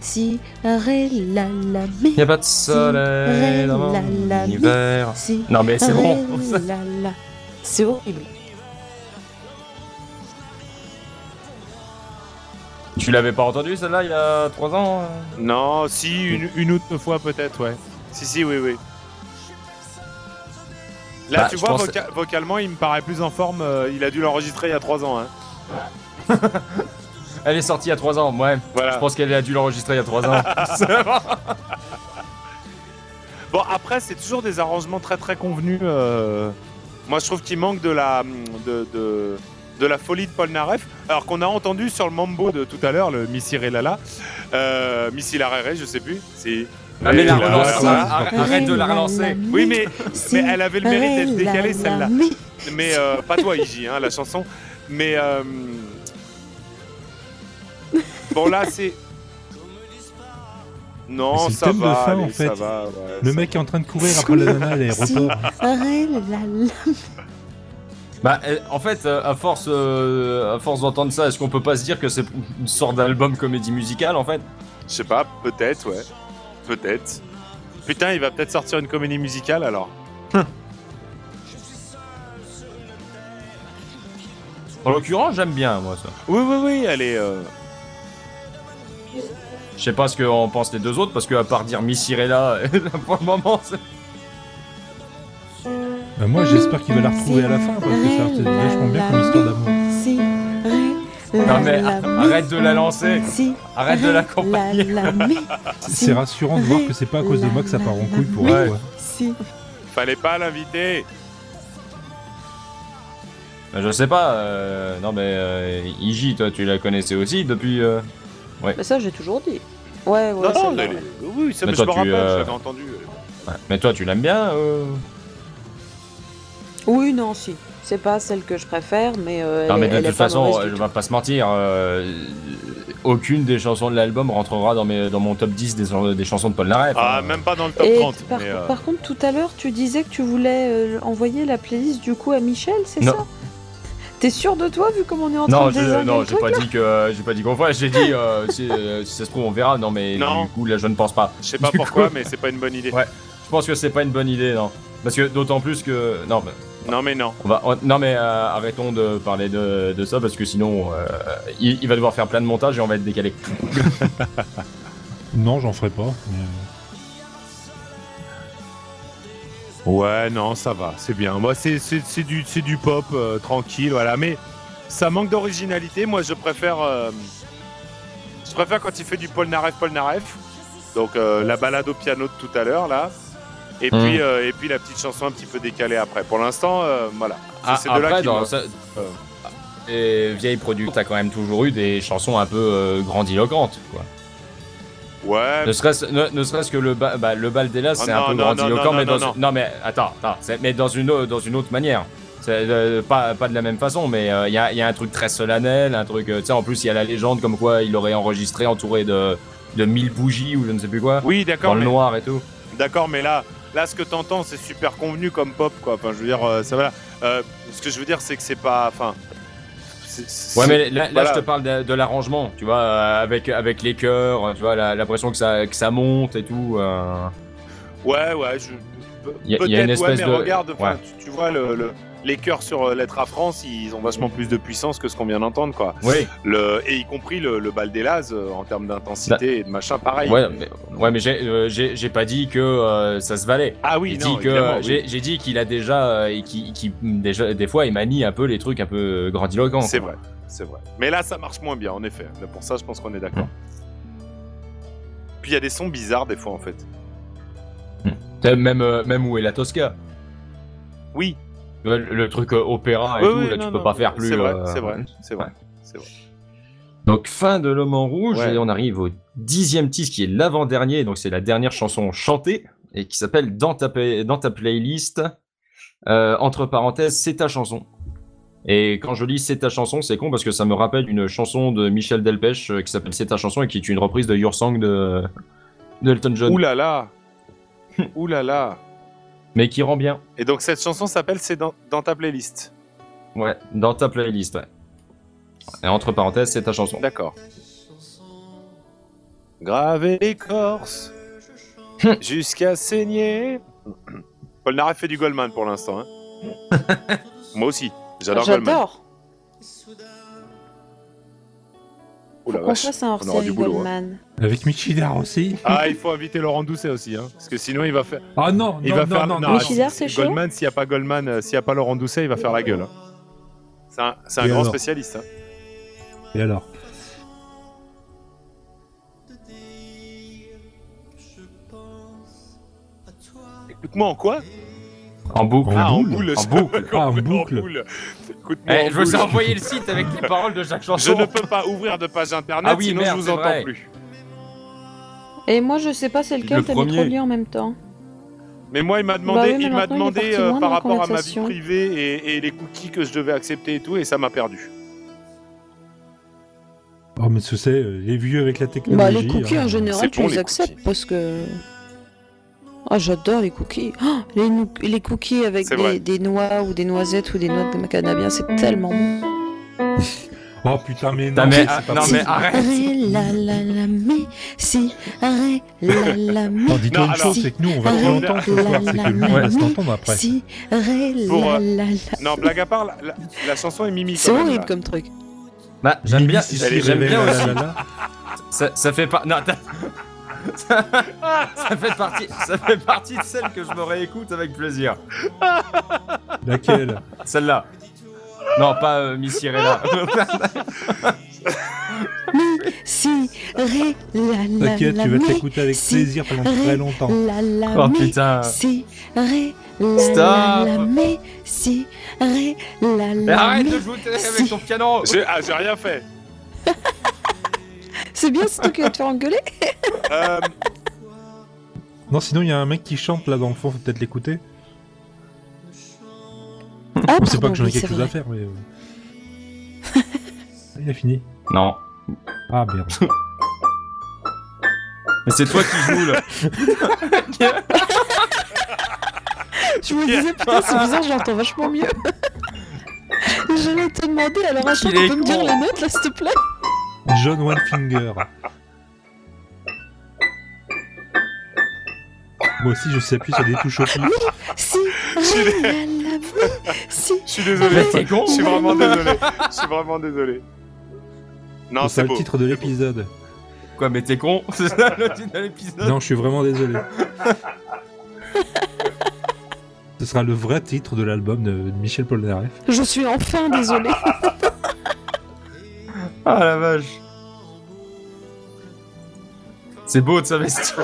Si, ré, la, la, Il a mais. pas de soleil dans la, la, mon mi. univers. Si, Non, mais c'est ré, bon. la, la. C'est horrible. Tu l'avais pas entendu celle-là il y a 3 ans euh Non, si, une, une ou deux fois peut-être, ouais. Si, si, oui, oui. Là, Bah, tu je vois, pense- voca- vocalement, il me paraît plus en forme. euh, il a dû l'enregistrer il y a trois ans. hein. Elle est sortie il y a 3 ans, ouais. Je Voilà. pense qu'elle a dû l'enregistrer il y a 3 ans. Bon, après, c'est toujours des arrangements très, très convenus. euh. Moi, je trouve qu'il manque de la, de, de, de la folie de Paul Naref. Alors qu'on a entendu sur le mambo de tout à l'heure, le Missy Relala, euh, Missy Larere, je sais plus. Si. Ah, mais la Et là, relance, voilà. arrête- arrête de la relancer. Oui, mais, Si, mais elle avait le mérite d'être ré, la, décalée, la, celle-là. mais. Mais euh, pas toi, Iji, hein, la chanson. Mais euh, bon, là, c'est. Non, Mais c'est le ça thème de va, fin, allez, en fait. ça va. ouais, Le ça- mec est en train de courir après la nana, elle Si, repart. ré, la, la. Bah, euh, en fait, euh, à force, euh, à force d'entendre ça, est-ce qu'on peut pas se dire que c'est une sorte d'album comédie musicale en fait Je sais pas, peut-être, ouais. Peut-être. Putain, il va peut-être sortir une comédie musicale alors. En l'occurrence, j'aime bien moi ça. Oui, oui, oui, elle est. euh, Je sais pas ce qu'en pensent les deux autres parce que à part dire Miss Irella, pour le moment, c'est- Bah, moi, j'espère qu'il va la retrouver à la fin, parce que ça c'est vachement bien comme histoire d'amour. Si, ré, la, non mais la, mais. arrête de la lancer, Si, arrête de ré, l'accompagner. La, la, mais. Si, C'est rassurant de voir que c'est pas à cause de moi que ça part en couille pour elle. Ouais. quoi. si. Fallait pas l'inviter. Bah, Je sais pas, euh, non mais euh, Iji, toi tu la connaissais aussi depuis. euh, Bah ça, j'ai toujours dit. Ouais, ouais. non, non, celle-là, elle ouais. est- oui, ça Mais mais je toi, me tu, rappelle, euh, je l'avais entendu. ouais. Mais toi tu l'aimes bien euh Oui, non, si. C'est pas celle que je préfère, mais. euh, Non elle mais est- de elle est toute pas façon, mauvaise je du vais pas se mentir, euh, aucune des chansons de l'album rentrera dans, mes, dans mon top 10 des, des chansons de Paul Naref. Ah, hein. même pas dans le tout. top Et 30. par, mais, euh, par contre, tout à l'heure, tu disais que tu voulais euh, envoyer la playlist du coup à Michel, c'est Non. ça T'es sûr de toi vu comme on est en train Non, de je- désigner non, le j'ai truc pas dit que euh, j'ai pas dit qu'on ferait. J'ai dit euh, si, euh, si ça se trouve on verra. Non, mais Non. du coup là je ne pense pas. Je sais pas Du pourquoi, coup- mais c'est pas une bonne idée. Ouais. Je pense que c'est pas une bonne idée, non. Parce que d'autant plus que non, mais, Non, mais non. on va on- non mais euh, arrêtons de parler de, de ça parce que sinon euh, il, il va devoir faire plein de montages et on va être décalé. Non, j'en ferai pas. mais- euh, Ouais, non, ça va, c'est bien. Moi, c'est c'est- c'est du, c'est du pop euh, tranquille, voilà. Mais ça manque d'originalité. Moi, je préfère, euh, je préfère quand il fait du Polnareff, Polnareff. Donc euh, la balade au piano de tout à l'heure, là. Et Hmm. puis, euh, et puis la petite chanson un petit peu décalée après. Pour l'instant, euh, voilà. Ah, C'est de là après, qu'il dans me- ça- euh, les vieilles productions, t'as quand même toujours eu des chansons un peu euh, grandiloquentes, quoi. Ouais. Ne serait-ce ne, ne serait-ce que le, ba- bah, le bal d'Hélas, Euh, Oh c'est non, un peu non, non, grandiloquent, non, mais non, dans non. une- mais attends, attends, c'est- mais dans une au- dans une autre manière. C'est, euh, pas, pas de la même façon, mais il y, a, y a un truc très solennel, un truc. euh, tu sais, en plus, il y a la légende comme quoi il aurait enregistré entouré de, de 1000 bougies ou je ne sais plus quoi, Oui, dans d'accord, le mais, noir et tout. d'accord, mais là, là, ce que t'entends, c'est super convenu comme pop, quoi. Enfin, je veux dire, euh, ça va. Euh, ce que je veux dire, c'est que c'est pas. Enfin. c'est- c'est- Ouais, mais là, là, voilà. je te parle de, de l'arrangement, tu vois, euh, avec, avec les chœurs, tu vois, la, la pression que ça, que ça monte et tout. euh. Ouais, ouais, je. Il y a- Peut-être, il y a une ouais, espèce mais de- regarde, enfin, ouais. tu, tu vois, le, le- les chœurs sur euh, Lettre à France, ils ont vachement plus de puissance que ce qu'on vient d'entendre, quoi. Oui, Le, et y compris le, le bal des Lazes, euh, en termes d'intensité et de machin, pareil. Bah, ouais, mais, ouais, mais j'ai, euh, j'ai, j'ai pas dit que euh, ça se valait. Ah oui, J'ai non, dit que euh, évidemment, oui. j'ai, j'ai dit qu'il a déjà, euh, et qui, qui déjà des fois il manie un peu les trucs un peu grandiloquents. C'est quoi. vrai, c'est vrai. Mais là, ça marche moins bien, en effet. Là, pour ça, je pense qu'on est d'accord. Mm. Puis il y a des sons bizarres, des fois, en fait. T'as Même euh, même où est la Tosca. Oui, Le, le truc euh, opéra et oui, tout, oui, là non, tu peux non, pas faire plus. C'est vrai, euh, c'est vrai, c'est vrai. ouais. Donc fin de l'homme en rouge Ouais. et on arrive au dixième titre qui est l'avant-dernier, donc c'est la dernière chanson chantée et qui s'appelle dans ta, pla- dans ta playlist, euh, entre parenthèses, c'est ta chanson. Et quand je lis c'est ta chanson, c'est con parce que ça me rappelle une chanson de Michel Delpech euh, qui s'appelle c'est ta chanson et qui est une reprise de Your Song de d'Elton John, Ouh là là Ouh là là mais qui rend bien. Et donc, cette chanson s'appelle C'est dans, dans ta playlist. Ouais, dans ta playlist, ouais. Et entre parenthèses, c'est ta chanson. D'accord. Graver l'écorce jusqu'à saigner. Paul Naref fait du Goldman pour l'instant. hein. Moi aussi. J'adore Goldman. J'adore. Ouh la Qu'on vache. fasse un aura hors-série du boulot, hein. Goldman. Avec Michidar aussi Ah, il faut inviter Laurent Doucet aussi, hein, parce que sinon il va faire. Ah non, Il non, va non, faire. non, non, non. Michidar, c'est chaud Goldman, s'il n'y a pas Goldman, euh, s'il n'y a pas Laurent Doucet, il va faire la gueule. hein. C'est un, c'est un Et grand alors spécialiste. hein. Et alors Écoute-moi en quoi En boucle. Ah, en boule. boule. En ça- boucle. Ah, en boucle. Écoute-moi Eh, en je vous ai boule. envoyé le site avec les paroles de chaque Je chanson. ne peux pas ouvrir de page internet, Ah oui, sinon merde, je vous c'est entends vrai. plus. Et moi, je sais pas, c'est lequel Le t'as mis trop premier. bien en même temps. Mais moi, il m'a demandé, oui, Bah mais il m'a maintenant, il est demandé parti euh, loin dans par la rapport à ma vie conversation. privée et, et les cookies que je devais accepter et tout, et ça m'a perdu. Oh, mais tu sais, euh, les vieux avec la technologie. Bah, les cookies hein. en C'est général, tu bon, les les acceptes cookies. parce que. Ah, j'adore les cookies. Ah, les, nou- les cookies avec C'est vrai. des, des noix ou des noisettes ou des noix de macadamia, c'est tellement bon. Oh putain, mais Putain, non, mais, c'est ah, pas non, possible. mais arrête. Arrête, la la la mais si arrête, la la mais Oh, dis-toi Non, une alors- chose, c'est que nous, on va trop Arrête. longtemps ce soir, c'est que lui, il va se l'entendre après. si arrête, Pour, la euh, la la. Non, blague à part, la, la- la chanson est mimique. C'est horrible comme truc. Bah, j'aime Mimi, bien, si j'aime c'est j'aime révélé, bien là, aussi. là, là. Ça, ça fait pas. Non, t'as- ça, ça fait partie, ça fait partie de celle que je me réécoute avec plaisir. Laquelle Celle-là. Non, pas euh, Miss Irella. Si arrête, la la T'inquiète, la tu vas mais t'écouter avec si plaisir pendant très ré- longtemps. la la oh mais putain. Si, ré, la, Stop. la, la, mais, si, ré, la, Mais la, arrête mais. de jouer avec si. ton piano. J'ai ah, j'ai rien fait. C'est bien, c'est toi qui vas te faire engueuler Euh, Non, sinon, il y a un mec qui chante là dans le fond, faut peut-être l'écouter. Ah, Bon, c'est pas pardon, que j'en ai oui, quelque c'est chose vrai. à faire, mais. euh. Il a fini. Non. Ah merde. Mais c'est toi qui joues là. Je me disais, putain, c'est bizarre, je l'entends vachement mieux. J'allais te demander, alors attends, Il est tu peux me dire con. les notes, là, s'il te plaît John One Finger. Moi aussi, je sais appuyer sur des touches au pif. Si, ré, la, la, mais, si, je suis désolé. Mais t'es con. Je suis vraiment désolé. Je suis vraiment désolé. Non, C'est ça c'est le beau. titre de l'épisode. Quoi, mais t'es con. C'est ça le titre de l'épisode. Non, je suis vraiment désolé. Ce sera le vrai titre de l'album de de Michel Polnareff. je suis enfin désolée. Ah la vache. C'est beau de s'investir.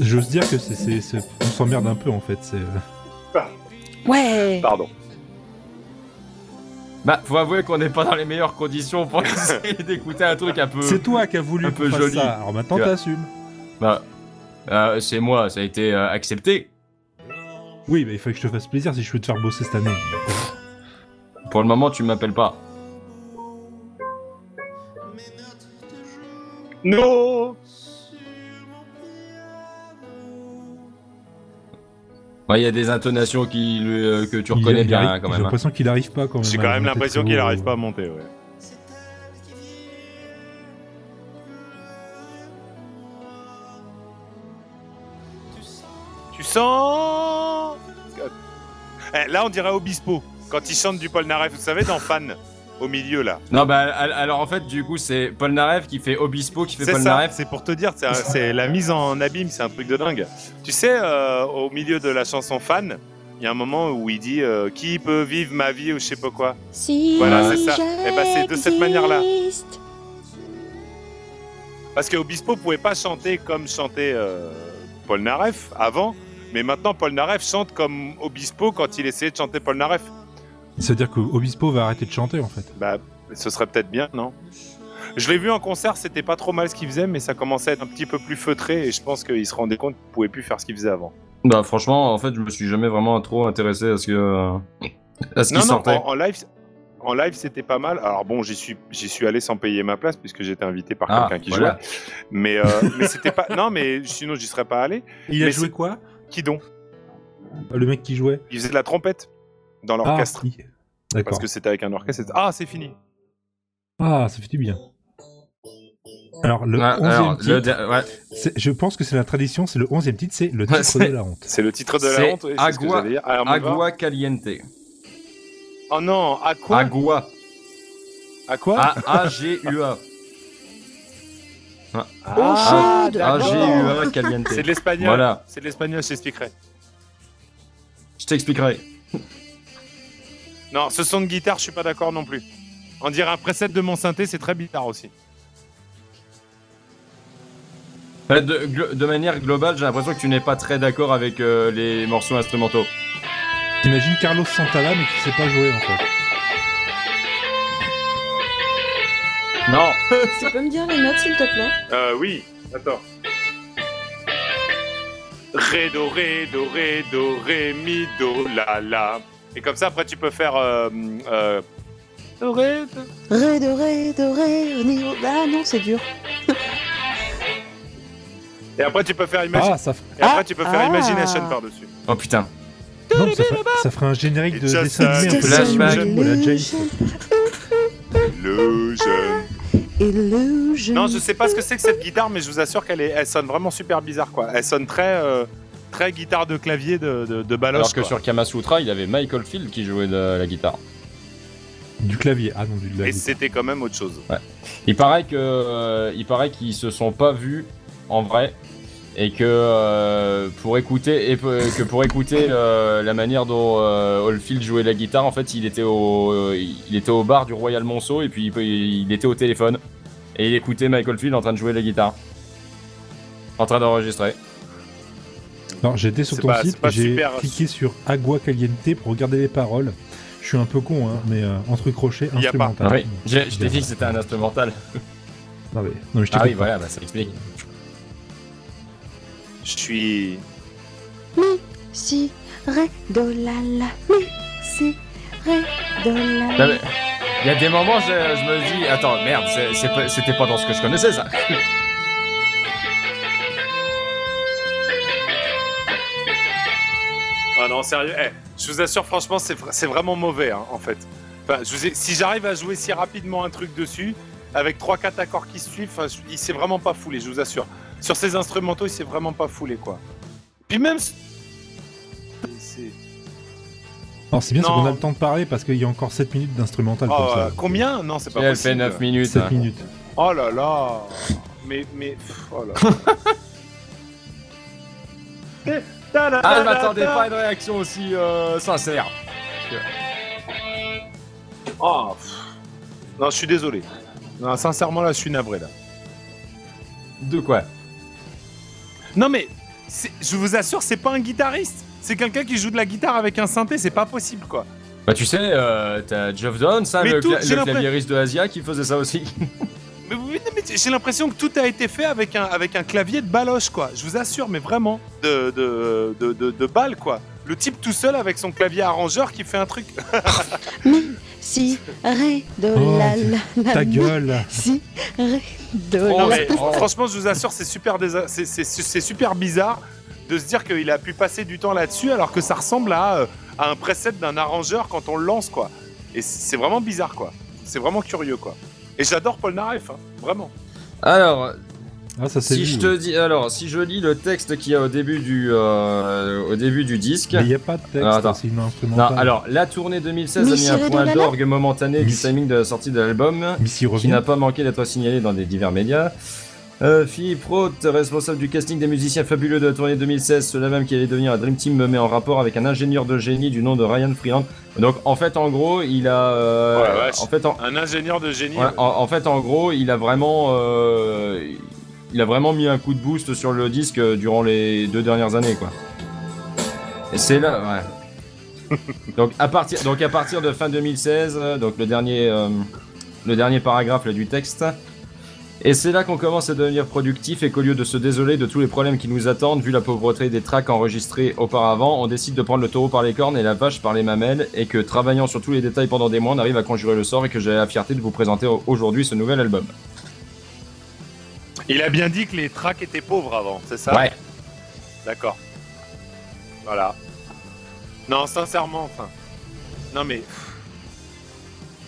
J'ose dire que c'est, c'est- c'est- on s'emmerde un peu en fait. C'est... euh, Ouais Pardon. Bah, faut avouer qu'on n'est pas dans les meilleures conditions pour essayer d'écouter un truc un peu. c'est toi qui as voulu un qu'on peu fasse joli. ça. Alors maintenant, Tu vois. t'assumes. Bah, euh, c'est moi, ça a été euh, accepté. Oui, bah, il fallait que je te fasse plaisir si je veux te faire bosser cette année. Pour le moment, tu m'appelles pas. Non Ouais, Il y a des intonations qui, lui- euh, que tu Il- reconnais il bien arrive- hein, quand J'ai même. hein. l'impression qu'il arrive pas quand même. J'ai à quand même monter l'impression très qu'il haut. n'arrive pas à monter, ouais. Tu sens Eh, Là, on dirait Obispo, quand il chante du Polnareff, vous savez, dans Fan, au milieu, là. Non, bah al- alors en fait, du coup, c'est Polnareff qui fait Obispo qui fait C'est ça, Polnareff. c'est pour te dire, c'est un- c'est la mise en abîme, c'est un truc de dingue. Tu sais, euh, au milieu de la chanson Fan, il y a un moment où il dit euh, Qui peut vivre ma vie ?» ou je sais pas quoi. Si Voilà, c'est ça. Eh ben, c'est de cette manière-là. j'existe. Parce que Obispo pouvait pas chanter comme chantait euh, Polnareff avant, mais maintenant Polnareff chante comme Obispo quand il essayait de chanter Polnareff. C'est-à-dire que Obispo va arrêter de chanter en fait. Bah, ce serait peut-être bien, non Je l'ai vu en concert, c'était pas trop mal ce qu'il faisait, mais ça commençait à être un petit peu plus feutré et je pense qu'il se rendait compte qu'il pouvait plus faire ce qu'il faisait avant. Bah franchement, en fait, je me suis jamais vraiment trop intéressé à ce que à ce Non, qui non, sortait. en, en live. En live, c'était pas mal. Alors bon, j'y suis, j'y suis allé sans payer ma place puisque j'étais invité par Ah, quelqu'un qui voilà. jouait. Mais, euh, mais c'était pas. Non, mais sinon, j'y serais pas allé. Il a Mais joué c'est- quoi Qui donc Le mec qui jouait. Il faisait de la trompette dans Ah, l'orchestre. oui. Parce D'accord. que c'était avec un orchestre. c'était- Ah, c'est fini. Ah, ça fait du bien. Alors le Ouais, 11e Ah, alors, titre, le der- ouais, c'est- je pense que c'est la tradition, c'est le 11e titre, c'est le Ouais, titre c'est- de la honte. C'est le titre de la C'est honte. oui, c'est ce que Agua- j'allais dire. Alors, on y va. Agua Caliente. Oh non, à quoi Agua. À quoi A-A-G-U-A. Au Ah, chaude d'accord. A-G-U-A Caliente. C'est de l'espagnol. Voilà, C'est de l'espagnol, je t'expliquerai. je t'expliquerai. Non, ce son de guitare, je suis pas d'accord non plus. On dirait un preset de mon synthé, c'est très bizarre aussi. Enfin, Bah, De, glo- de manière globale, j'ai l'impression que tu n'es pas très d'accord avec euh, les morceaux instrumentaux. Ah. T'imagines Carlos Santana mais qui sait pas jouer en fait. Non, Tu peux me dire les notes, s'il te plaît Euh, oui, attends. Ré, do, ré, do, ré, do, ré, mi, do, la, la. Et comme ça, après, tu peux faire. Euh, euh, do, ré, do. Ré, de ré, de ré, au niveau... Ah non, c'est dur. Et après, tu peux faire, imagi- Ah, ça, f- Et après, tu peux faire Ah. Imagination par-dessus. oh putain. non, mais ça, ferait, ça ferait un générique de It's just dessin a- animé un peu. Flashback. Ou Oh, la Jace. Le jeune. Illusion. Non, je sais pas ce que c'est que cette guitare, mais je vous assure qu'elle est, elle sonne vraiment super bizarre, quoi. Elle sonne très, euh, très guitare de clavier de, de, de baloche. Alors que quoi. sur Kamasutra, il avait Michael Field qui jouait de la guitare. Du clavier. Ah non, du clavier. Et c'était quand même autre chose. Il paraît que euh, il paraît qu'ils se sont pas vus en vrai et que euh, pour écouter et pe- que pour écouter euh, la manière dont euh, Oldfield jouait la guitare, en fait, il était au euh, il était au bar du Royal Monceau et puis il, peut- il était au téléphone et il écoutait Michael Field en train de jouer la guitare. En train d'enregistrer. Non, j'étais sur C'est ton pas- site, c'est pas j'ai super. cliqué sur Agua Caliente pour regarder les paroles. Je suis un peu con, hein, mais euh, entre crochets, Y a pas. instrumental. oui, je, je t'ai dit que c'était un instrumental. Non, mais, non, mais je Ah oui, t'écoute voilà, bah, ça explique. Je suis. Si, ré, do, la, la. Mi, si, ré, do, la, Non, la. mais Il y a des moments, je, je me dis, attends, merde, c'est- c'est pas- c'était pas dans ce que je connaissais ça. Ah non, sérieux. eh, je vous assure, franchement, c'est vra- c'est vraiment mauvais, hein, en fait. Enfin, je vous ai- si j'arrive à jouer si rapidement un truc dessus, avec 3-4 accords qui se suivent, enfin, je- il s'est vraiment pas foulé, je vous assure. Sur ces instrumentaux, il s'est vraiment pas foulé, quoi. Puis même. c'est- c'est- pas. Non, c'est bien, c'est Non. qu'on a le temps de parler parce qu'il y a encore 7 minutes d'instrumental Oh, comme ça. euh, combien Non, c'est pas Elle fait possible. 9 minutes. 7 hein. minutes. Oh là là Mais, mais... pff, Oh là là Ah, je m'attendais pas à une réaction aussi euh, sincère. Oh, pff. Non, je suis désolé. Non, sincèrement, là, je suis navré, là. De quoi Non, mais c'est- je vous assure, c'est pas un guitariste c'est quelqu'un qui joue de la guitare avec un synthé, c'est pas possible quoi. Bah tu sais, euh, t'as Geoff Downes, hein, Mais le, tout, cla- j'ai le l'impression- claviériste de Asia, qui faisait ça aussi. Mais, vous- mais- mais j'ai l'impression que tout a été fait avec un, avec un clavier de baloche quoi. Je vous assure, mais vraiment de, de, de, de, de balle quoi. le type tout seul avec son clavier arrangeur qui fait un truc. mi, si, ré, do, Oh, la, la, la, Ah, Ta mi, gueule Si, ré, do, Non, Oh, la. mais franchement, je vous assure, c'est super, désa- c'est- c'est- c'est super bizarre de se dire qu'il a pu passer du temps là-dessus alors que ça ressemble à, euh, à un preset d'un arrangeur quand on le lance, quoi. Et c- c'est vraiment bizarre, quoi. C'est vraiment curieux, quoi. Et j'adore Paul Naref, hein, vraiment. Alors, Ah, ça c'est si je te dis, alors si je lis le texte qu'il y a au début du, euh, au début du disque. Mais il n'y a pas de texte, hein, Ah, attends. c'est une Non, instrumentale. alors la tournée 2016 a Missy mis un point Redolala d'orgue momentané du Missy- timing de la sortie de l'album, Mais s'il qui revient, n'a pas manqué d'être signalé dans des divers médias. Euh, Philippe Roth, responsable du casting des musiciens fabuleux de la tournée 2016, cela même qui allait devenir la Dream Team, me met en rapport avec un ingénieur de génie du nom de Ryan Freeland. Donc en fait, en gros, il a, euh, Ouais, ouais, en fait, en, Un ingénieur de génie. euh, Ouais, en, en fait, en gros, il a vraiment, euh, il a vraiment mis un coup de boost sur le disque euh, durant les deux dernières années, quoi. Et c'est là, ouais. donc à partir, donc à partir de fin 2016, euh, donc le dernier, euh, le dernier paragraphe là, du texte. Et c'est là qu'on commence à devenir productif et qu'au lieu de se désoler de tous les problèmes qui nous attendent, vu la pauvreté des tracks enregistrés auparavant, on décide de prendre le taureau par les cornes et la vache par les mamelles, et que travaillant sur tous les détails pendant des mois, on arrive à conjurer le sort et que j'ai la fierté de vous présenter au- aujourd'hui ce nouvel album. Il a bien dit que les tracks étaient pauvres avant, c'est ça ouais. D'accord. Voilà. Non, sincèrement, enfin. Non, mais.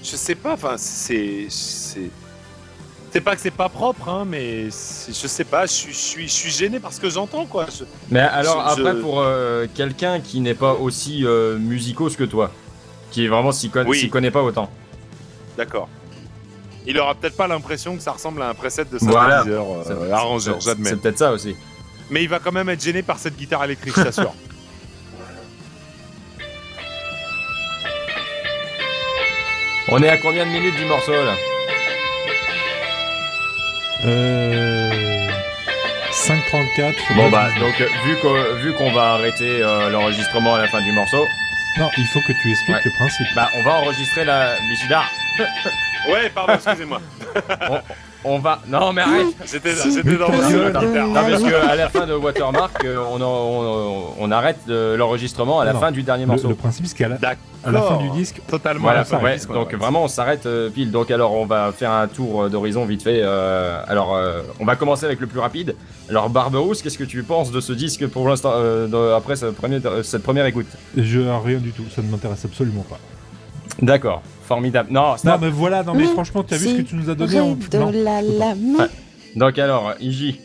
Je sais pas, enfin, c'est. C'est c'est pas que c'est pas propre, hein, mais c'est- je sais pas, je suis, je suis, je suis gêné par ce que j'entends, quoi. Je- Mais alors Je- après, je- pour euh, quelqu'un qui n'est pas aussi euh, musicos que toi, qui vraiment s'y conna- Oui. s'y connaît pas autant. D'accord. Il aura peut-être pas l'impression que ça ressemble à un preset de Voilà. synthétiseur euh, C'est- c'est- arrangeur, c'est- j'admets. C'est peut-être ça aussi. Mais il va quand même être gêné par cette guitare électrique, je t'assure. On est à combien de minutes du morceau là Euh, 5.34. faut Bon pas bah dire. donc euh, vu qu'on vu qu'on va arrêter euh, l'enregistrement à la fin du morceau, Non, il faut que tu expliques Ouais. le principe. bah on va enregistrer la Michida. ouais, pardon, excusez-moi. On va non mais arrête J'étais Si. j'étais dans Mais un ta jeu de gueule. guitare. non parce que à la fin de Watermark euh, on, en- on, on arrête euh, l'enregistrement à la Non, fin du dernier Le, morceau. le principe, c'est qu'à la, D'accord. à la fin du disque, Totalement. Voilà, à la fin du ouais, disque, donc ouais. vraiment on s'arrête euh, pile. Donc alors on va faire un tour euh, d'horizon vite fait. euh, alors euh, on va commencer avec le plus rapide. Alors Barberousse, qu'est-ce que tu penses de ce disque pour l'instant euh, de- après ce premier- euh, cette première écoute je euh, rien du tout. Ça ne m'intéresse absolument pas. D'accord, formidable. Non, stop. Non, mais voilà, non, mais Oui, franchement, tu as vu ce si, que tu nous as donné Ré, en... do, la, la, mi. Ah. Donc alors Iji,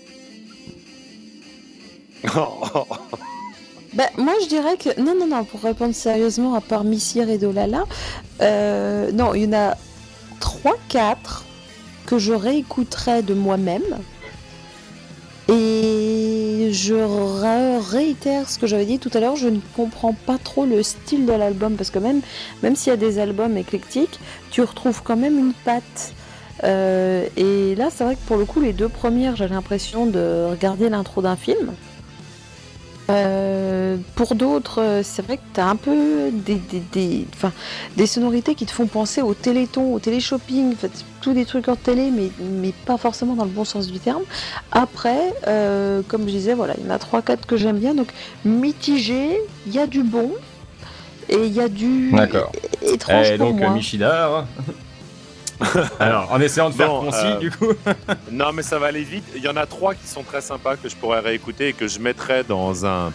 Bah, moi je dirais que non non non pour répondre sérieusement à part Missir et Dolala, euh, non il y en a 3 4 que je réécouterai de moi-même et je ra- réitère ce que j'avais dit tout à l'heure, je ne comprends pas trop le style de l'album parce que même même s'il y a des albums éclectiques, tu retrouves quand même une patte. Euh, et là, c'est vrai que pour le coup, les deux premières, j'ai l'impression de regarder l'intro d'un film. Euh, pour d'autres, euh, c'est vrai que t'as un peu des, des, des, enfin, des sonorités qui te font penser au téléthon, au téléshopping, en fait, tous des trucs en télé, mais, mais pas forcément dans le bon sens du terme. Après, euh, comme je disais, voilà, il y en a 3-4 que j'aime bien, donc mitigé, il y a du bon et il y a du D'accord. étrange Eh, pour donc moi. Michidar. alors en essayant de faire Bon, concis euh, du coup. Non, mais ça va aller vite. Il y en a trois qui sont très sympas que je pourrais réécouter et que je mettrais dans un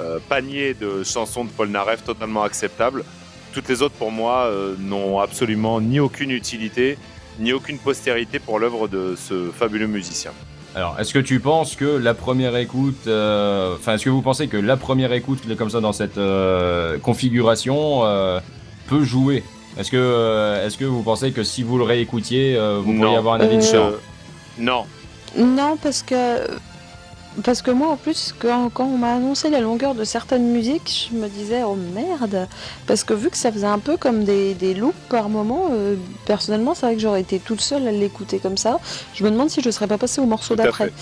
euh, panier de chansons de Paul Naref totalement acceptable. Toutes les autres, pour moi, euh, n'ont absolument ni aucune utilité, ni aucune postérité pour l'œuvre de ce fabuleux musicien. Alors est-ce que tu penses que la première écoute, euh, enfin est-ce que vous pensez que la première écoute comme ça dans cette euh, configuration euh, peut jouer Est-ce que euh, est-ce que vous pensez que si vous le réécoutiez, euh, vous Non. pourriez avoir un avis Euh, différent Je- Non, Non, parce que parce que moi en plus quand, quand on m'a annoncé la longueur de certaines musiques, je me disais oh merde parce que vu que ça faisait un peu comme des, des loops par moment, euh, personnellement c'est vrai que j'aurais été toute seule à l'écouter comme ça. Je me demande si je serais pas passée au morceau Tout à d'après.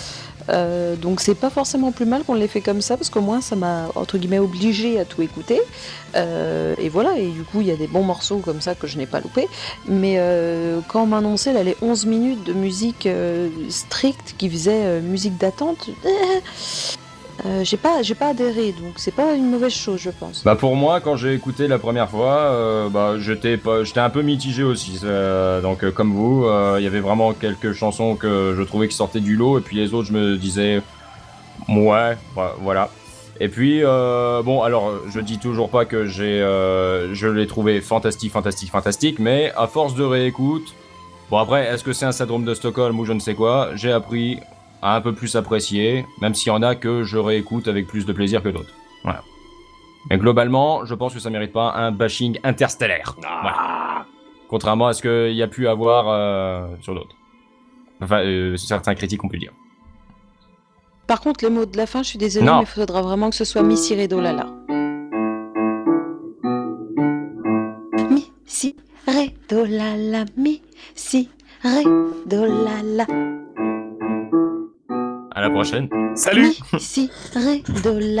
Euh, donc c'est pas forcément plus mal qu'on l'ait fait comme ça parce qu'au moins ça m'a entre guillemets obligée à tout écouter. Euh, et voilà, et du coup il y a des bons morceaux comme ça que je n'ai pas loupé. Mais euh, quand on m'a annoncé là, les 11 minutes de musique euh, stricte qui faisait euh, musique d'attente, Euh, j'ai pas, j'ai pas adhéré, donc c'est pas une mauvaise chose, je pense. Bah pour moi, quand j'ai écouté la première fois, euh, bah j'étais pas, j'étais un peu mitigé aussi. euh, donc euh, comme vous, euh, il y avait vraiment quelques chansons que je trouvais qui sortaient du lot, et puis les autres, je me disais, ouais, bah, voilà. Et puis euh, bon, alors je dis toujours pas que j'ai, euh, je l'ai trouvé fantastique, fantastique, fantastique, mais à force de réécoute, bon après, est-ce que c'est un syndrome de Stockholm ou je ne sais quoi, j'ai appris à un peu plus apprécier, même s'il y en a que je réécoute avec plus de plaisir que d'autres. Mais globalement, je pense que ça mérite pas un bashing interstellaire. Ah, Voilà. Contrairement à ce qu'il y a pu avoir euh, sur d'autres. Enfin, euh, certains critiques, on peut dire. Par contre, les mots de la fin, je suis désolée, Non. mais il faudra vraiment que ce soit Missy Redolala. Mi, si, ré, do, la, la, mi, si, ré, do, la, la, À la prochaine. Salut mi, si, ré, do, la.